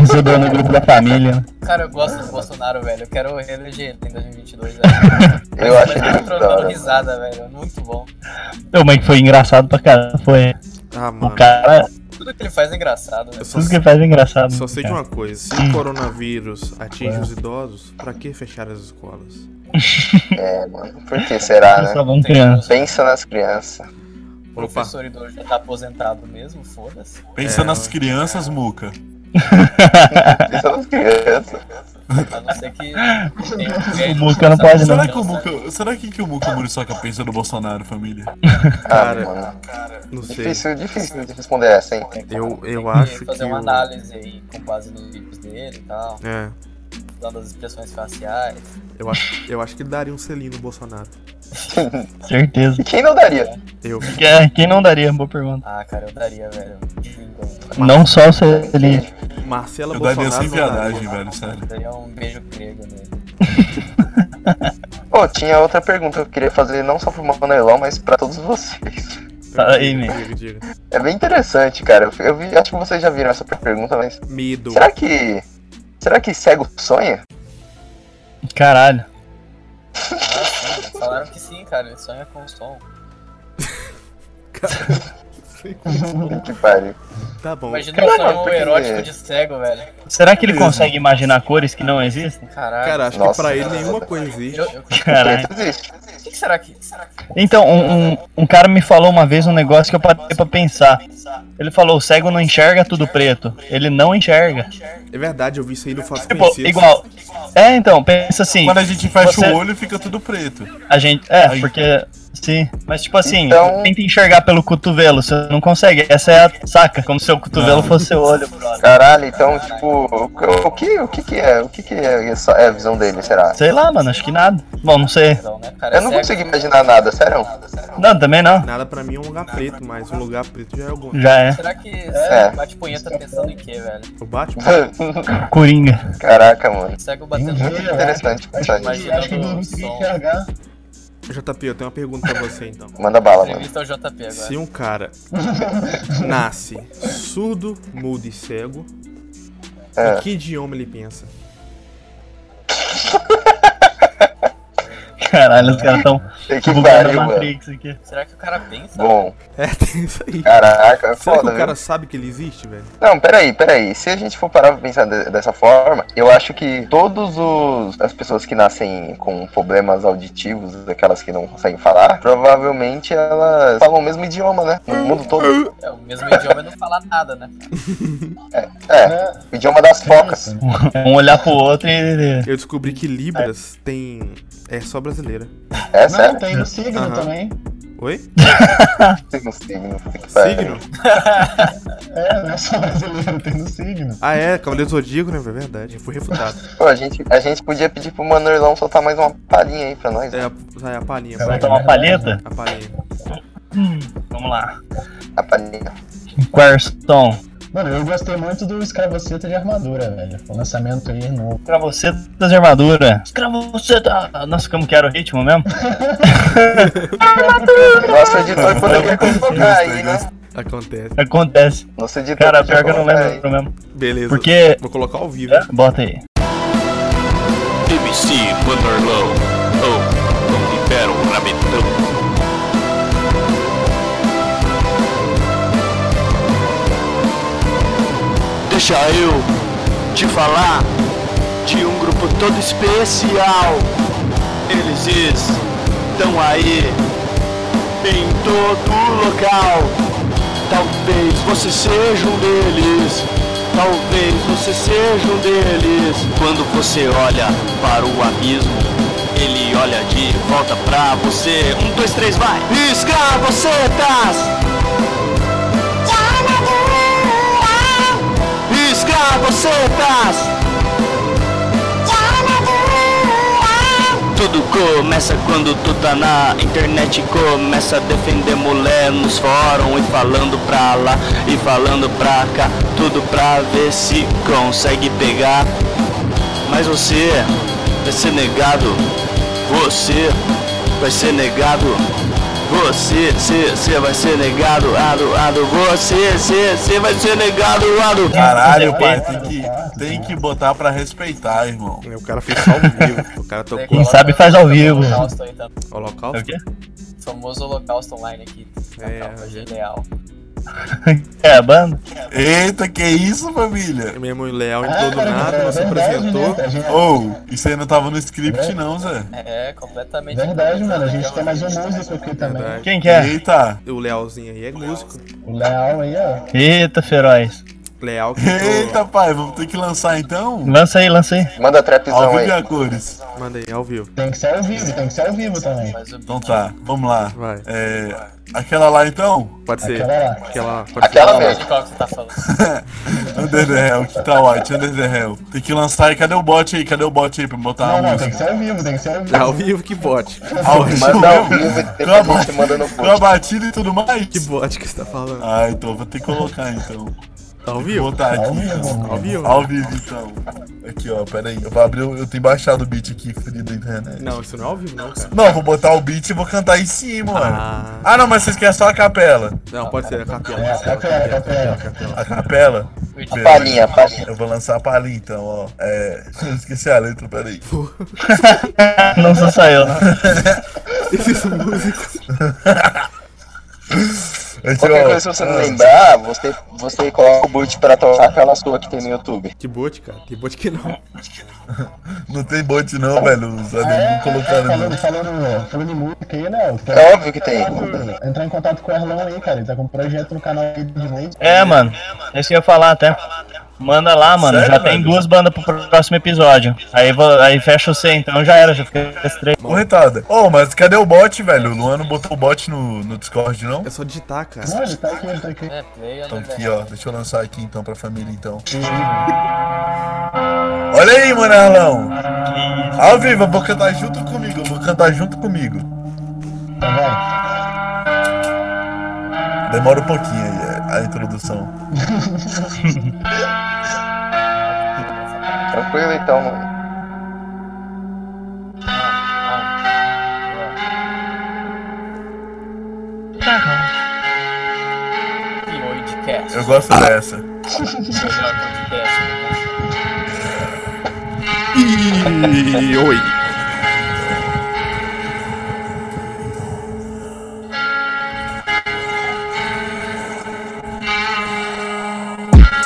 S4: Desodou no grupo da família.
S1: Cara, eu gosto do Bolsonaro, velho. Eu quero reeleger ele em 2022, velho.
S5: Eu acho que
S1: Mas
S5: ele
S1: ele
S5: é
S1: entrou
S5: da
S1: dando
S5: hora.
S1: risada, velho. É Muito bom.
S4: Ô, mas que foi engraçado pra caralho. Foi
S3: Ah,
S4: o
S3: mano.
S4: cara.
S1: Tudo que ele faz é engraçado, velho.
S3: Eu só,
S4: Tudo que ele faz é engraçado.
S3: só sei de uma coisa: se o coronavírus atinge os idosos, pra que fechar as escolas?
S5: É, mano. Por que será,
S4: Só
S5: né?
S4: vão criança.
S5: Pensa nas crianças.
S1: O
S3: Opa,
S1: professor idoso já tá aposentado mesmo, foda-se.
S3: É,
S7: Pensa nas crianças, Muca.
S5: Pensa nas crianças.
S1: A não ser que tenha um velho.
S4: O Muca não
S3: É,
S4: pode, não.
S7: Será que o Muca. Será que, que o Muca Muriçoca pensa do Bolsonaro, família?
S5: Ah,
S3: Cara,
S5: mano.
S3: não sei.
S5: Difícil, difícil de responder essa, hein?
S3: Eu, eu
S1: E
S3: acho que.
S1: fazer uma
S3: o-
S1: análise aí com base nos vídeos dele e tal,
S3: É,
S1: dando as expressões faciais.
S3: eu acho, eu acho que ele daria um selinho no Bolsonaro.
S4: Certeza.
S5: E quem não daria?
S3: Eu.
S4: Quem- é, Quem não daria? Boa pergunta.
S1: Ah, cara, eu daria, velho. Eu
S4: Não só o Celinho.
S3: Marcela
S7: Eu daria
S3: Bolsonaro.
S7: sem
S3: não daria.
S7: viadagem, velho, sério.
S1: daria um beijo grego nele.
S5: Pô, tinha outra pergunta que eu queria fazer, não só pro Manelão, mas pra todos vocês.
S4: Fala aí, Ney.
S3: Diga, diga.
S5: É bem interessante, cara. Eu- Eu vi, acho que vocês já viram essa pergunta, mas.
S3: Medo.
S5: Será que. Será que cego sonha?
S4: Caralho.
S1: Falaram que Ah, sim, cara, ele sonha com o som.
S5: Que pariu.
S3: Tá bom.
S1: Imagina um
S5: Caralho,
S1: sonho
S5: porque-
S1: erótico de cego, velho.
S4: Será que ele consegue imaginar cores que não existem?
S1: Caralho.
S3: Cara, acho
S5: Nossa.
S3: que pra ele nenhuma coisa existe.
S1: eu, eu- o
S4: Caralho.
S5: Existe.
S1: que que será que. Será que...
S4: Então, um, um- um cara me falou uma vez um negócio que eu parei pra pensar. Ele falou, o cego não enxerga tudo preto. Ele não enxerga.
S3: É verdade, eu vi isso aí no Fácil
S4: Tipo,
S3: Conhecido.
S4: igual. É, então, pensa assim.
S7: Quando a gente fecha
S4: Você-
S7: o olho, fica tudo preto.
S4: A gente. É, porque. Sim. Mas tipo assim,
S5: Então-
S4: tenta enxergar pelo cotovelo, você não consegue. Essa é a saca, como se o cotovelo fosse seu olho, brother.
S5: Caralho, então, tipo, o o que, o que que é? O que que é, essa- é a visão dele, será?
S4: Sei lá, mano, acho que nada. Bom, não sei.
S1: Então, né, cara,
S5: Eu não
S1: cego-
S5: consigo imaginar nada, sério.
S4: Não, também não.
S3: Nada pra mim é um lugar preto, mas um lugar preto já é algum.
S4: Já é.
S1: Será que
S5: É.
S1: cego bate punheta pensando em quê, velho?
S3: O Batman?
S4: Coringa.
S5: Caraca, mano.
S1: Cego batendo né?
S5: Muito Uhum. interessante, interessante.
S1: Imagina
S3: um
S1: o som.
S3: JP, eu tenho uma pergunta pra você então.
S5: Manda bala, mano.
S1: Entrevista ao JP agora.
S3: Se um cara nasce surdo, mudo e cego,
S5: É.
S3: em que idioma ele pensa?
S4: Caralho, os caras tão
S5: Que
S4: bugando a
S5: pariu, mano.
S4: Matrix aqui.
S1: Será que o cara pensa?
S5: Bom,
S3: É, tem isso aí.
S5: caraca, é
S3: Será que
S5: foda,
S3: o cara
S5: viu?
S3: sabe que ele existe, velho?
S5: Não, peraí, peraí. Se a gente for parar pra pensar de- dessa forma, eu acho que todos os as pessoas que nascem com problemas auditivos, aquelas que não conseguem falar, provavelmente elas falam o mesmo idioma, né? No mundo todo.
S1: É, o mesmo idioma é não falar nada, né?
S2: né?
S5: É, o idioma das focas.
S4: Um olhar pro outro e.
S3: Eu descobri que Libras tem. é só brasileira.
S5: É
S9: Não,
S5: sério?
S9: tem no signo
S3: Aham.
S9: também.
S3: Oi?
S5: Signo, signo. que pariu.
S3: Signo?
S9: É,
S2: né?
S9: não é só brasileiro, tem no signo.
S3: Ah, é, Cavaleiro do Zodíaco, né? É verdade, eu fui refutado.
S5: Pô, a gente, a gente podia pedir pro Manorlão soltar mais uma palhinha aí pra nós. né?
S3: É a, sai a palhinha,
S4: Vai
S3: vai.
S2: né?
S4: tomar uma palheta?
S3: A palhinha.
S4: Vamos lá.
S5: A palhinha.
S4: Quarston.
S9: Mano, eu gostei muito do Escravoceta de Armadura, velho. O lançamento aí novo.
S4: Escravocetas de armadura. Escravoceta. Nossa, como que era o ritmo mesmo?
S5: Nosso editor poderia colocar aí, né?
S3: Acontece.
S4: Acontece.
S5: Nosso editor
S4: Cara,
S5: podia
S4: pior que eu não
S5: colocar
S4: lembro
S5: aí.
S4: mesmo.
S3: Beleza.
S4: Porque.
S3: Vou colocar ao vivo.
S4: É, Bota aí.
S2: MC Vanderlão. Oh, não libera o rabetão. Deixa eu te falar de um grupo todo especial. Eles estão aí em todo local. Talvez você seja um deles. Talvez você seja um deles. Quando você olha para o abismo, ele olha de volta pra você. Um, dois, três, vai! Escravocetas! Escravocetas! Tu
S10: Tudo começa quando tu tá na internet Começa a defender mulher nos fóruns E falando pra lá e falando pra cá Tudo pra ver se consegue pegar Mas você vai ser negado Você vai ser negado você, cê, cê vai ser negado, ado, ado, você, cê, cê vai ser negado, ado.
S7: Caralho, pai, tem que, tem que botar pra respeitar, irmão. O
S3: cara fez só ao vivo. O cara tocou.
S9: Quem sabe faz ao vivo.
S1: Holocausto aí também.
S3: Holocausto?
S9: É o quê?
S1: Famoso Holocausto Online aqui. É. Genial.
S9: É a banda?
S7: Eita, que isso, família?
S3: Meu irmão leal
S2: Ah,
S3: entrou do
S2: é
S3: nada, não se
S2: né?
S3: apresentou.
S7: Ou, isso aí não tava no script, não, Zé.
S1: É, completamente. né?
S2: Verdade, mano, a gente tem mais um músico aqui também.
S9: Quem que é?
S7: Eita!
S3: O Lealzinho aí é músico.
S2: O Leal aí, ó.
S9: Eita, feroz.
S3: Leal que
S7: Eita, pai, vamos ter que lançar então?
S9: Lança aí, lança aí.
S5: Manda
S7: Ao
S5: trapzão
S4: é
S3: é.
S7: vivo e
S4: assim,
S7: a
S5: aí.
S7: cores.
S3: Manda aí, ao vivo.
S2: Tem que ser ao vivo, tem que ser ao vivo também.
S7: Então tá, vamos lá.
S3: Vai.
S7: É, aquela lá então?
S3: Pode ser.
S2: Aquela lá.
S3: Aquela, pode
S5: Aquela
S1: Eu sei
S5: mesmo.
S1: de qual que você tá falando.
S7: Under the Hell, que tá ótimo, Under the Hell. Tem que lançar aí, cadê o bot aí? Cadê o bot aí pra botar
S2: Não,
S7: a
S2: não, tem que
S7: música?
S2: ser ao vivo, tem que ser ao
S3: ser. Ao
S2: vivo.
S3: vivo que bote.
S7: Ao vivo
S5: Manda ao
S7: mesmo?
S5: vivo e
S7: Com a
S5: depois a gente
S7: ba-
S5: manda no
S7: Com a
S5: post.
S7: batida e tudo mais?
S3: Que bote que você tá falando?
S7: Ah, então vou ter que colocar então.
S3: Ao
S7: Vou
S3: vivo?
S7: botar aqui.
S2: Ao vivo,
S7: então.
S2: mano.
S3: Ao vivo?
S7: Ao vivo então. Aqui ó, pera aí. Eu vou abrir, o- eu tenho baixado o beat aqui, frio da internet.
S3: Não, isso não é ao vivo, não, cara.
S7: Não, vou botar o beat e vou cantar em cima, mano.
S3: Ah.
S7: Ah, não, mas vocês querem só a capela.
S3: Não, pode ser a capela.
S2: É, capela, capela.
S7: A capela?
S5: A palhinha, a palhinha.
S7: Eu vou lançar a palhinha então, ó. É. Eu esqueci a letra, peraí.
S9: Não só saiu.
S3: Esses músicos.
S7: Aqui,
S5: Qualquer
S7: ó.
S5: coisa, se você não
S7: Ah,
S5: lembrar, você, você coloca o boot pra tocar aquela sua que tem no YouTube.
S3: Que bote, cara. Que bote que não.
S7: Não tem bot não, velho. Os amigos
S2: Ah, é,
S7: não colocaram
S2: falando,
S7: não.
S2: falando, falando em música aí, né?
S5: É óbvio que tem.
S2: Entrar em contato com o Erlão aí, cara. Ele tá com um projeto no canal aí de música.
S9: É, mano. É isso que eu ia falar até. Manda lá, mano.
S7: Sério,
S9: já tem
S7: velho?
S9: duas bandas pro pro próximo episódio. Aí, vou- aí fecha o C, então já era, já fica com as três.
S2: é.
S7: Ô, retada. Ô, mas cadê o bot, velho? O Luan não botou o bot no, no Discord, não?
S3: É só digitar, cara.
S2: Não, ele tá aqui, ele tá aqui.
S1: É, play
S7: Então
S1: under the
S7: aqui, ó. Deixa eu lançar aqui então pra família então. Olha aí, mano, Arlão. Ao vivo, eu vou cantar junto comigo. eu Vou cantar junto comigo.
S2: Tá, vai. Tá
S7: Demora um pouquinho aí, é, a introdução.
S5: Tranquilo então, mano.
S1: Ah. Podcast.
S7: Eu gosto dessa.
S1: Melhor podcast do mundo.
S3: Ih, oi.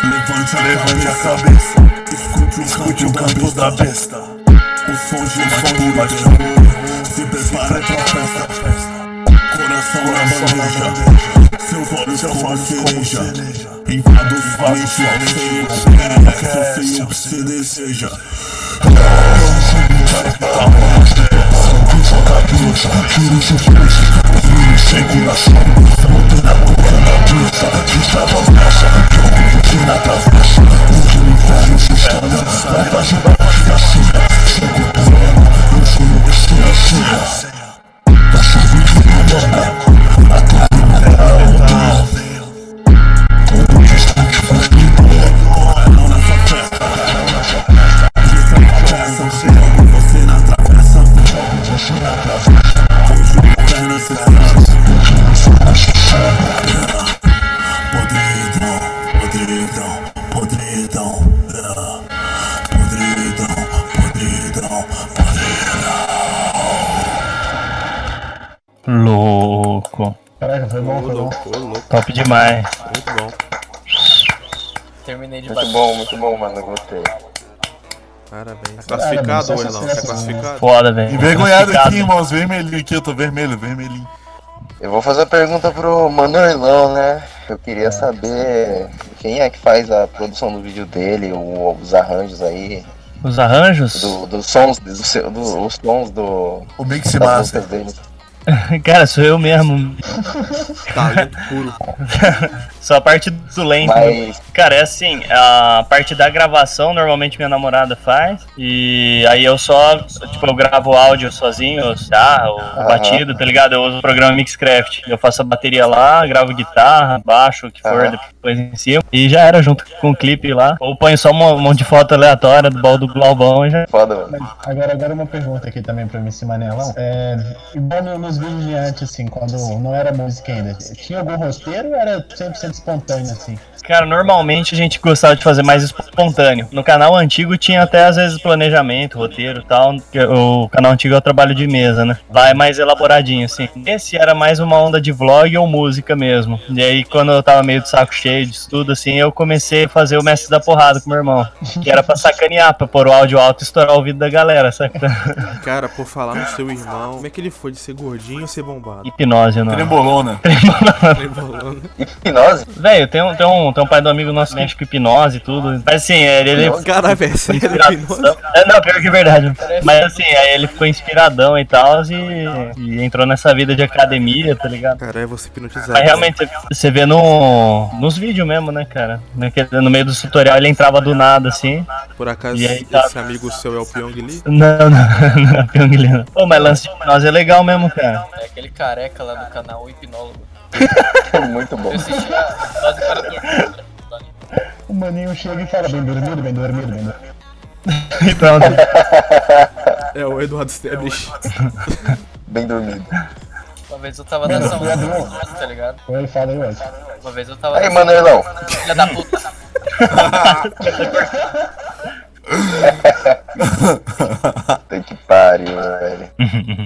S7: Levante, levante a cabeça. Escute o, escute o canto da besta. O som de uma pula de amor. Se prepara pra festa. Coração na bandeja. Seus olhos como cereja. Invados valente ao seio. Seu o que você deseja.
S9: Louco.
S2: Caraca, foi bom, foi bom.
S9: Top demais.
S3: Muito bom.
S1: Terminei de
S5: Muito
S1: bater.
S5: bom, muito bom, mano. Gostei.
S3: Parabéns. Tá classificado, ô, Elão. Tá classificado.
S9: Foda, velho.
S7: Envergonhado
S9: Complicado.
S7: aqui, irmãos. Vermelhinho aqui, eu tô vermelho, vermelhinho.
S5: Eu vou fazer a pergunta pro Manuelão, né? Eu queria
S4: Ah,
S5: saber quem é que faz a produção do vídeo dele, o- os arranjos aí,
S9: Os arranjos?
S5: do- dos sons, do seu- do- os sons do,
S7: O Mix
S5: das
S7: Master.
S5: músicas dele.
S9: Cara, sou eu mesmo.
S3: Talento Tá puro.
S4: Só a parte do lento.
S9: né?
S5: Mas-
S4: Cara, é assim, a parte da gravação normalmente minha namorada faz. E aí eu só, tipo, eu gravo áudio sozinho, tá? O
S5: Aham.
S4: batido, tá ligado? Eu uso o programa Mixcraft. Eu faço a bateria lá, gravo guitarra, baixo, o que for,
S5: Aham.
S4: depois em cima. E já era junto com o clipe lá. Ou ponho só um monte de foto aleatória do baldo do Glaubão e já.
S5: Foda, mano.
S2: Agora, agora uma pergunta aqui também pra Missy Manelão. É, igual no- nos vídeos de antes, assim, quando não era música ainda, tinha algum roteiro ou era 100% espontâneo, assim?
S4: Cara, normalmente a gente gostava de fazer mais espontâneo. No canal antigo tinha até às vezes planejamento, roteiro e tal. que O canal antigo é o trabalho de mesa, né? Lá é mais elaboradinho, assim. Esse era mais uma onda de vlog ou música mesmo. E aí, quando eu tava meio de saco cheio disso tudo, assim, eu comecei a fazer o mestre da porrada com meu irmão. Que era pra sacanear, pra pôr o áudio alto e estourar o ouvido da galera, saca?
S3: Cara, por falar no seu irmão, como é que ele foi de ser gordinho ou ser bombado? Tá
S4: Hipnose, não.
S7: Trembolona.
S3: Trebolando.
S5: Hipnose?
S4: Velho, tem um, tem, um, tem um pai do amigo nosso que mexe com hipnose e tudo. Mas assim, ele, ele
S3: Caralho, velho, é sério, hipnose?
S4: inspiração. É, não, pior que é verdade. Mas assim, aí ele ficou inspiradão e tal, e, e entrou nessa vida de academia, tá ligado?
S3: Caralho, é você hipnotizado. né?
S4: Mas realmente você- você vê no, nos vídeos mesmo, né, cara? Naquele- No meio do tutorial ele entrava do nada assim.
S3: Por acaso,
S4: E aí, tá-
S3: esse amigo seu é o Pyong Lee?
S4: Não, não, não, Pyong Lee, não. Pô, mas lance de hipnose é legal mesmo, cara.
S1: É aquele careca lá do canal o Hipnólogo.
S5: é Muito bom.
S1: Eu assisti a hipnose para dormir.
S2: O maninho chega e fala, bem dormido, bem dormido, bem dormido.
S4: E pronto.
S3: É o Eduardo Stebbins.
S5: Bem dormido.
S1: Uma vez eu tava nessa onda do hipnose, tá ligado?
S2: Ou ele fala, eu acho.
S1: Uma vez eu tava
S5: Aí,
S1: nessa
S5: Manuelão.
S1: filha da puta.
S5: Puta que pariu, velho.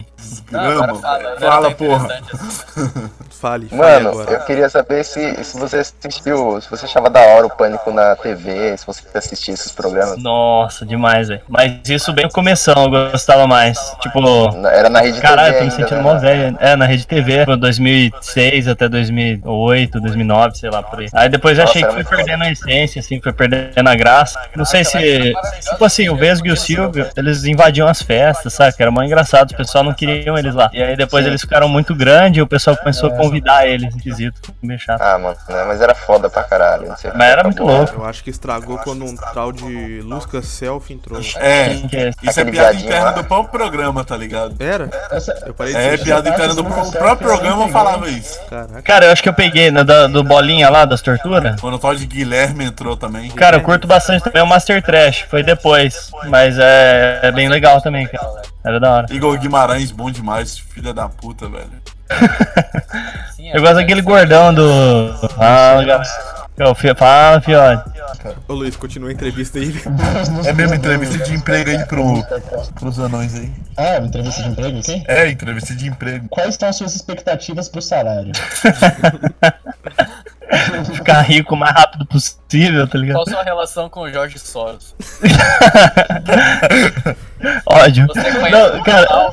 S1: Não, agora
S7: Caramba.
S1: fala. né?
S7: Fala,
S1: Tá
S7: porra.
S1: interessante assim.
S3: Fale, fale
S5: Mano,
S3: agora.
S5: eu queria saber se, se você assistiu, se você achava da hora o Pânico na TV, se você assistia esses programas.
S4: Nossa, demais, velho. Mas isso bem no começo, eu gostava mais. Tipo,
S5: Na- Era na rede
S4: Caralho,
S5: TV
S4: tô me
S5: ainda,
S4: sentindo
S5: né,
S4: mó
S5: mano?
S4: velho. É, na Rede TV, tipo, 2006 até 2008, 2009, sei lá, por aí. Aí depois eu
S5: Nossa,
S4: achei que
S5: era
S4: foi
S5: muito
S4: perdendo a essência, assim, foi perdendo a graça. Não sei se... Tipo assim, o Vesgo e o Silvio, eles invadiam as festas, saca? Era mó engraçado, o pessoal não queriam eles lá. E aí depois eles ficaram muito grandes e o pessoal começou a convidar eles, esquisito, meio chato.
S5: Ah, mano, né, mas era foda pra caralho. Não sei tá
S4: Mas era muito louco.
S3: Eu acho que estragou quando um tal de Lusca Self entrou.
S7: É,
S4: assim, que é-
S7: isso é
S5: Aquele
S7: piada
S5: viadinho
S7: interna
S5: lá.
S7: do próprio programa, tá ligado?
S3: Era?
S2: Essa,
S3: Eu parei de
S7: É,
S3: assistir.
S7: piada interna do pro- o próprio programa falava isso.
S3: Caraca.
S4: Cara, eu acho que eu peguei, né, do, do Bolinha lá, das torturas.
S7: Quando o tal de Guilherme entrou também.
S4: Cara, eu curto bastante também o Master Trash, foi depois. Mas é, é bem legal também, cara. Era da hora.
S7: Igor Guimarães, bom demais, filha da puta, velho.
S1: Sim,
S4: Eu gosto daquele gordão do. Fala, garoto. Eu fi- Fala, fiote.
S3: Ô Luiz, continua a entrevista aí.
S7: É mesmo entrevista de emprego aí pro, pros anões aí.
S2: Ah, entrevista de emprego, ok?
S7: É, entrevista de emprego.
S2: Quais são as suas expectativas pro salário?
S4: Ficar rico o mais rápido possível, tá ligado?
S1: Qual sua relação com o Jorge Soros?
S4: Ódio.
S1: Você conhece
S4: Não,
S1: o
S4: cara,
S1: canal?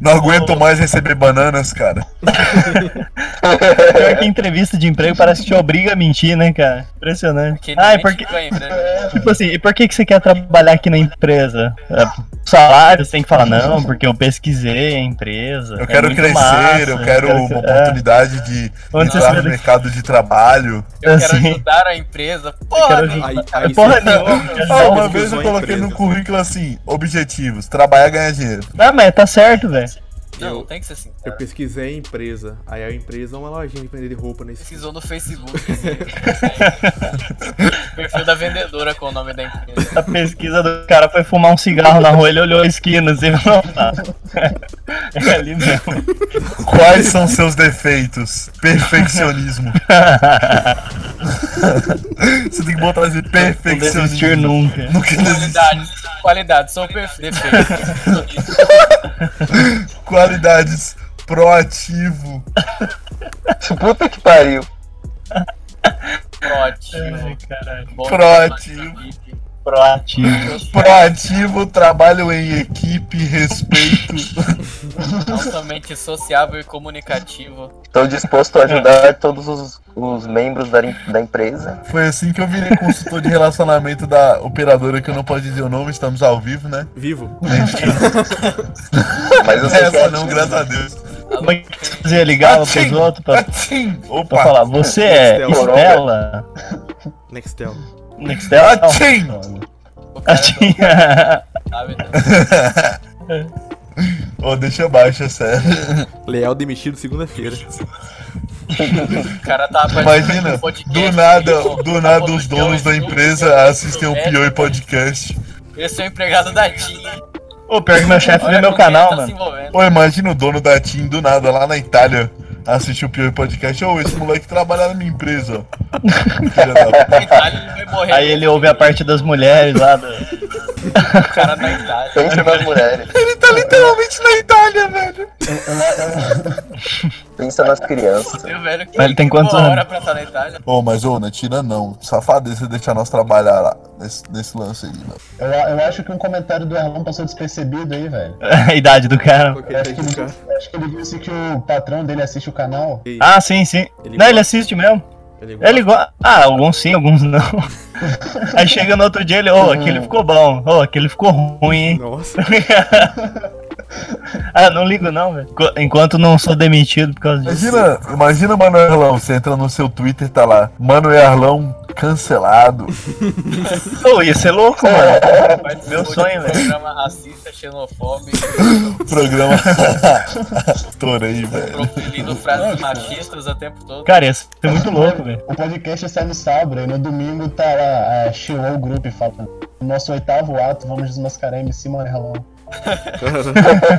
S7: Não aguento mais receber bananas, cara.
S4: pior que entrevista de emprego parece que te obriga a mentir, né, cara? Impressionante.
S1: Que
S4: Ah, e
S1: ninguém
S4: por
S1: te
S4: que.
S1: ganha, né?
S4: Tipo assim, e por que, que você quer trabalhar aqui na empresa? É, Salário, você tem que falar, não, porque eu pesquisei a empresa.
S7: Eu
S4: é
S7: quero
S4: muito
S7: crescer,
S4: massa,
S7: eu quero uma
S4: é.
S7: oportunidade de
S4: Onde você
S7: entrar
S4: se
S7: no
S4: vê-
S7: mercado de trabalho.
S1: Eu quero
S4: Assim.
S1: ajudar a empresa.
S4: Eu
S1: Porra,
S4: quero
S1: meu.
S3: Aí, aí
S4: Porra
S3: sim.
S4: nenhuma.
S7: Ah, uma
S3: Óbvio que
S7: vez eu
S3: usou a
S7: coloquei
S4: né?
S3: empresa.
S7: no currículo assim, objetivos, trabalhar e ganhar dinheiro.
S4: Ah, mas tá certo, velho.
S1: Não,
S3: Eu-
S1: tem que ser assim.
S3: Eu pesquisei a empresa. Aí a empresa é uma lojinha de vender roupa nesse.
S1: Pesquisou no Facebook. assim. Perfil da vendedora com o nome da empresa.
S4: A pesquisa do cara foi fumar um cigarro na rua, ele olhou a esquina, assim, não, tá. É ali mesmo.
S7: Quais são seus defeitos? Perfeccionismo. Você tem que botar
S4: Não
S7: assim,
S4: desistir
S7: perfeccionismo.
S4: nunca.
S7: Nunca desisti.
S1: Qualidade, qualidade, sou perfeito. Defeito.
S7: Qualidades proativo.
S5: Puta que pariu.
S1: Proativo.
S4: É, Caralho.
S1: Bom,
S7: Proativo.
S4: Proativo.
S7: Proativo, trabalho em equipe, respeito.
S1: Altamente sociável e comunicativo.
S5: Estou disposto a ajudar todos os, os membros da, em- da empresa.
S7: Foi assim que eu virei consultor de relacionamento da operadora que eu não posso dizer o nome, estamos ao vivo, né?
S3: Vivo.
S5: Mas eu sei que
S7: Essa
S5: é
S7: não, graças a Deus.
S4: Como é que fazia?
S7: Ah,
S4: Ligava pros outros pra, pra falar, você é
S3: Nextel.
S4: Estela?
S3: Nextel.
S4: Nextel?
S7: Ah,
S3: Atchim!
S4: Atchim!
S1: né?
S7: Ô, deixa baixo, é sério.
S3: Leal demitido segunda-feira.
S9: O cara tá
S7: Imagina, do
S1: Tá
S7: nada, do nada os donos da empresa assistem
S1: É,
S7: o Pior Podcast.
S9: Eu sou empregado da TIM.
S4: Ô, pior que meu chefe vê
S1: é,
S4: meu
S1: tá
S4: canal,
S1: assim.
S4: mano.
S7: Pô, imagina o dono da TIM do nada, lá na Itália, assiste o Pior Podcast. Ô, esse moleque trabalha na minha empresa. Filha da puta.
S1: tá
S4: Aí ele ouve a parte das mulheres lá. Do...
S9: O cara tá em casa.
S5: Pensa nas mulheres.
S7: Ele tá literalmente na Itália, velho.
S5: Pensa nas crianças.
S9: Meu velho, que
S4: Mas ele tem quantos
S9: boa
S4: anos?
S9: hora pra estar na Itália.
S7: Ô, mas ô, não tira não. Safadeza você deixar nós trabalhar lá, nesse, nesse lance aí, mano.
S2: Eu, eu acho que um comentário do Erlon passou despercebido aí, velho.
S4: a idade do cara.
S2: Acho que,
S3: um
S2: ele, acho que ele disse que o patrão dele assiste o canal.
S4: Ah, sim, sim.
S2: Ele
S4: não, ele
S2: gosta.
S4: assiste mesmo.
S3: Ele
S4: gosta. Ah, alguns sim, alguns não. Aí chega no outro dia ele,
S5: Uhum.
S4: ô, aquele ficou bom, ô, aquele ficou ruim,
S7: é
S4: hein?
S3: Nossa.
S4: ah, não ligo não, velho. Co- Enquanto não sou demitido por causa disso.
S7: Imagina, imagina Manoel Arlão, você entra no seu Twitter, tá lá, Manoel Arlão cancelado.
S4: Ô, ia ser louco, mano. É, Meu sonho, velho.
S9: Programa racista, xenofóbico,
S7: Programa. Estourei, velho.
S9: profilindo frases machistas o tempo todo.
S4: Cara, isso é muito louco, velho.
S2: O podcast sai no sábado e no domingo tá lá, a Show Group fala: Nosso oitavo ato, vamos desmascarar MC Manelão.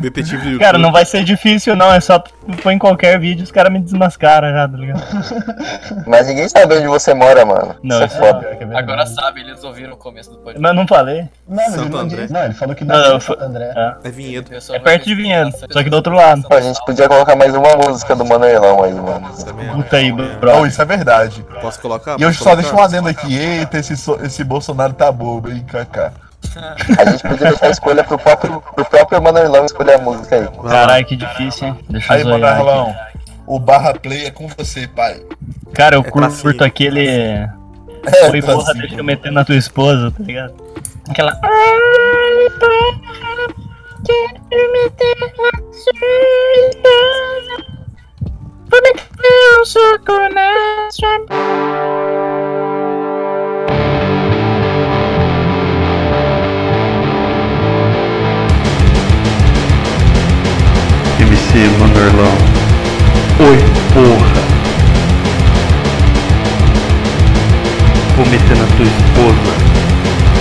S3: Detetive do YouTube.
S4: Cara, não vai ser difícil não, é só tu põe em qualquer vídeo os caras me desmascaram já, tá ligado?
S5: Mas ninguém sabe onde você mora, mano.
S4: Não,
S5: isso
S4: isso
S5: é
S4: é
S5: foda.
S9: Agora sabe, eles ouviram o começo do podcast.
S4: Mas eu não falei.
S2: Não, ele
S3: Santo
S2: não,
S3: André.
S2: disse, não, ele falou que
S4: Não,
S2: não,
S4: eu
S2: não
S4: fa-
S2: Santo André.
S4: É.
S3: É vinhedo.
S4: É perto de Vinhedo, só que do outro lado.
S5: Pô, a gente podia colocar mais uma música do Manoelão aí, mano.
S4: Puta aí,
S7: Não,
S4: bro.
S7: isso é verdade.
S3: Posso colocar?
S7: E eu
S3: Posso
S7: só
S3: colocar?
S7: deixo um adendo aqui, eita, esse, so- esse Bolsonaro tá bobo, hein, kaká.
S5: A gente podia deixar a escolha pro próprio, pro próprio Manoelão escolher a música aí.
S4: Caralho, que difícil, hein? Deixa
S7: Aí,
S4: eu
S7: Manoel
S4: olhar aqui.
S7: Arlão, o barra play é com você, pai.
S4: Cara, eu
S3: É pra
S4: curto,
S3: cima.
S4: curto aquele.
S7: É,
S4: Foi
S7: pra
S4: porra,
S7: cima.
S4: deixa eu meter na tua esposa, tá ligado? Aquela. "Ah,
S11: MC Manderlão. Oi, porra. Vou meter na tua esposa.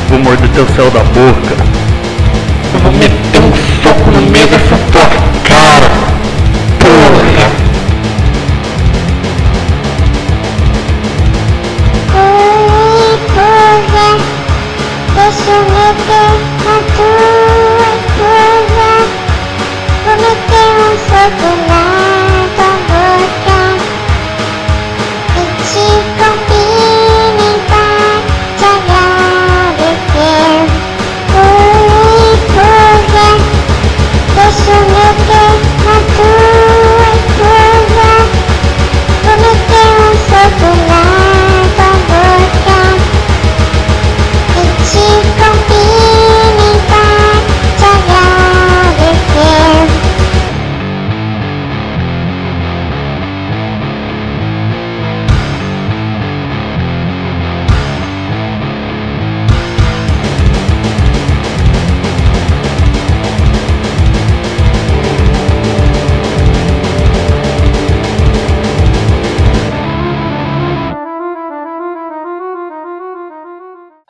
S11: Vou morder teu céu da boca. Eu vou meter um soco no meio dessa tua cara. Porra.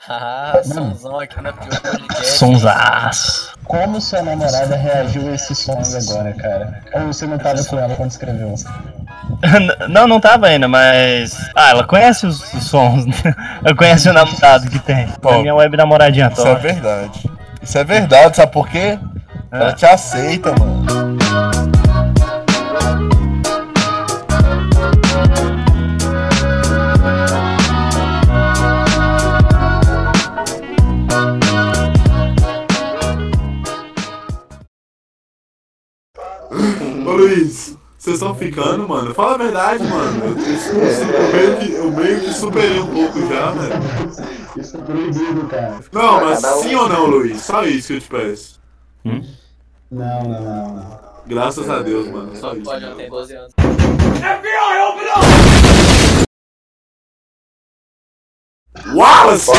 S9: Ah, somzão aqui na pior podcast.
S4: Sonsaço.
S2: Como sua namorada reagiu a esse som aí agora, cara? Ou você não tava com ela quando escreveu?
S4: N- Não, não tava ainda, mas. Ah, ela conhece os, os sons. né? Ela conhece o namorado que tem.
S7: Top.
S4: A minha web namoradinha
S7: Isso é
S4: top.
S7: verdade. Isso é verdade, sabe por quê? Ela te aceita, mano.
S12: Ô Luiz, vocês estão ficando, mano? Fala a verdade, mano. Eu, eu- eu meio que, eu meio que superei um pouco já, velho.
S2: Isso é proibido, cara.
S12: Não, mas sim ou não, Luiz? Só isso que eu te peço.
S2: Não, não, não, não.
S7: Graças a Deus, mano. Só isso.
S13: Pode até 12 anos.
S7: Wallace!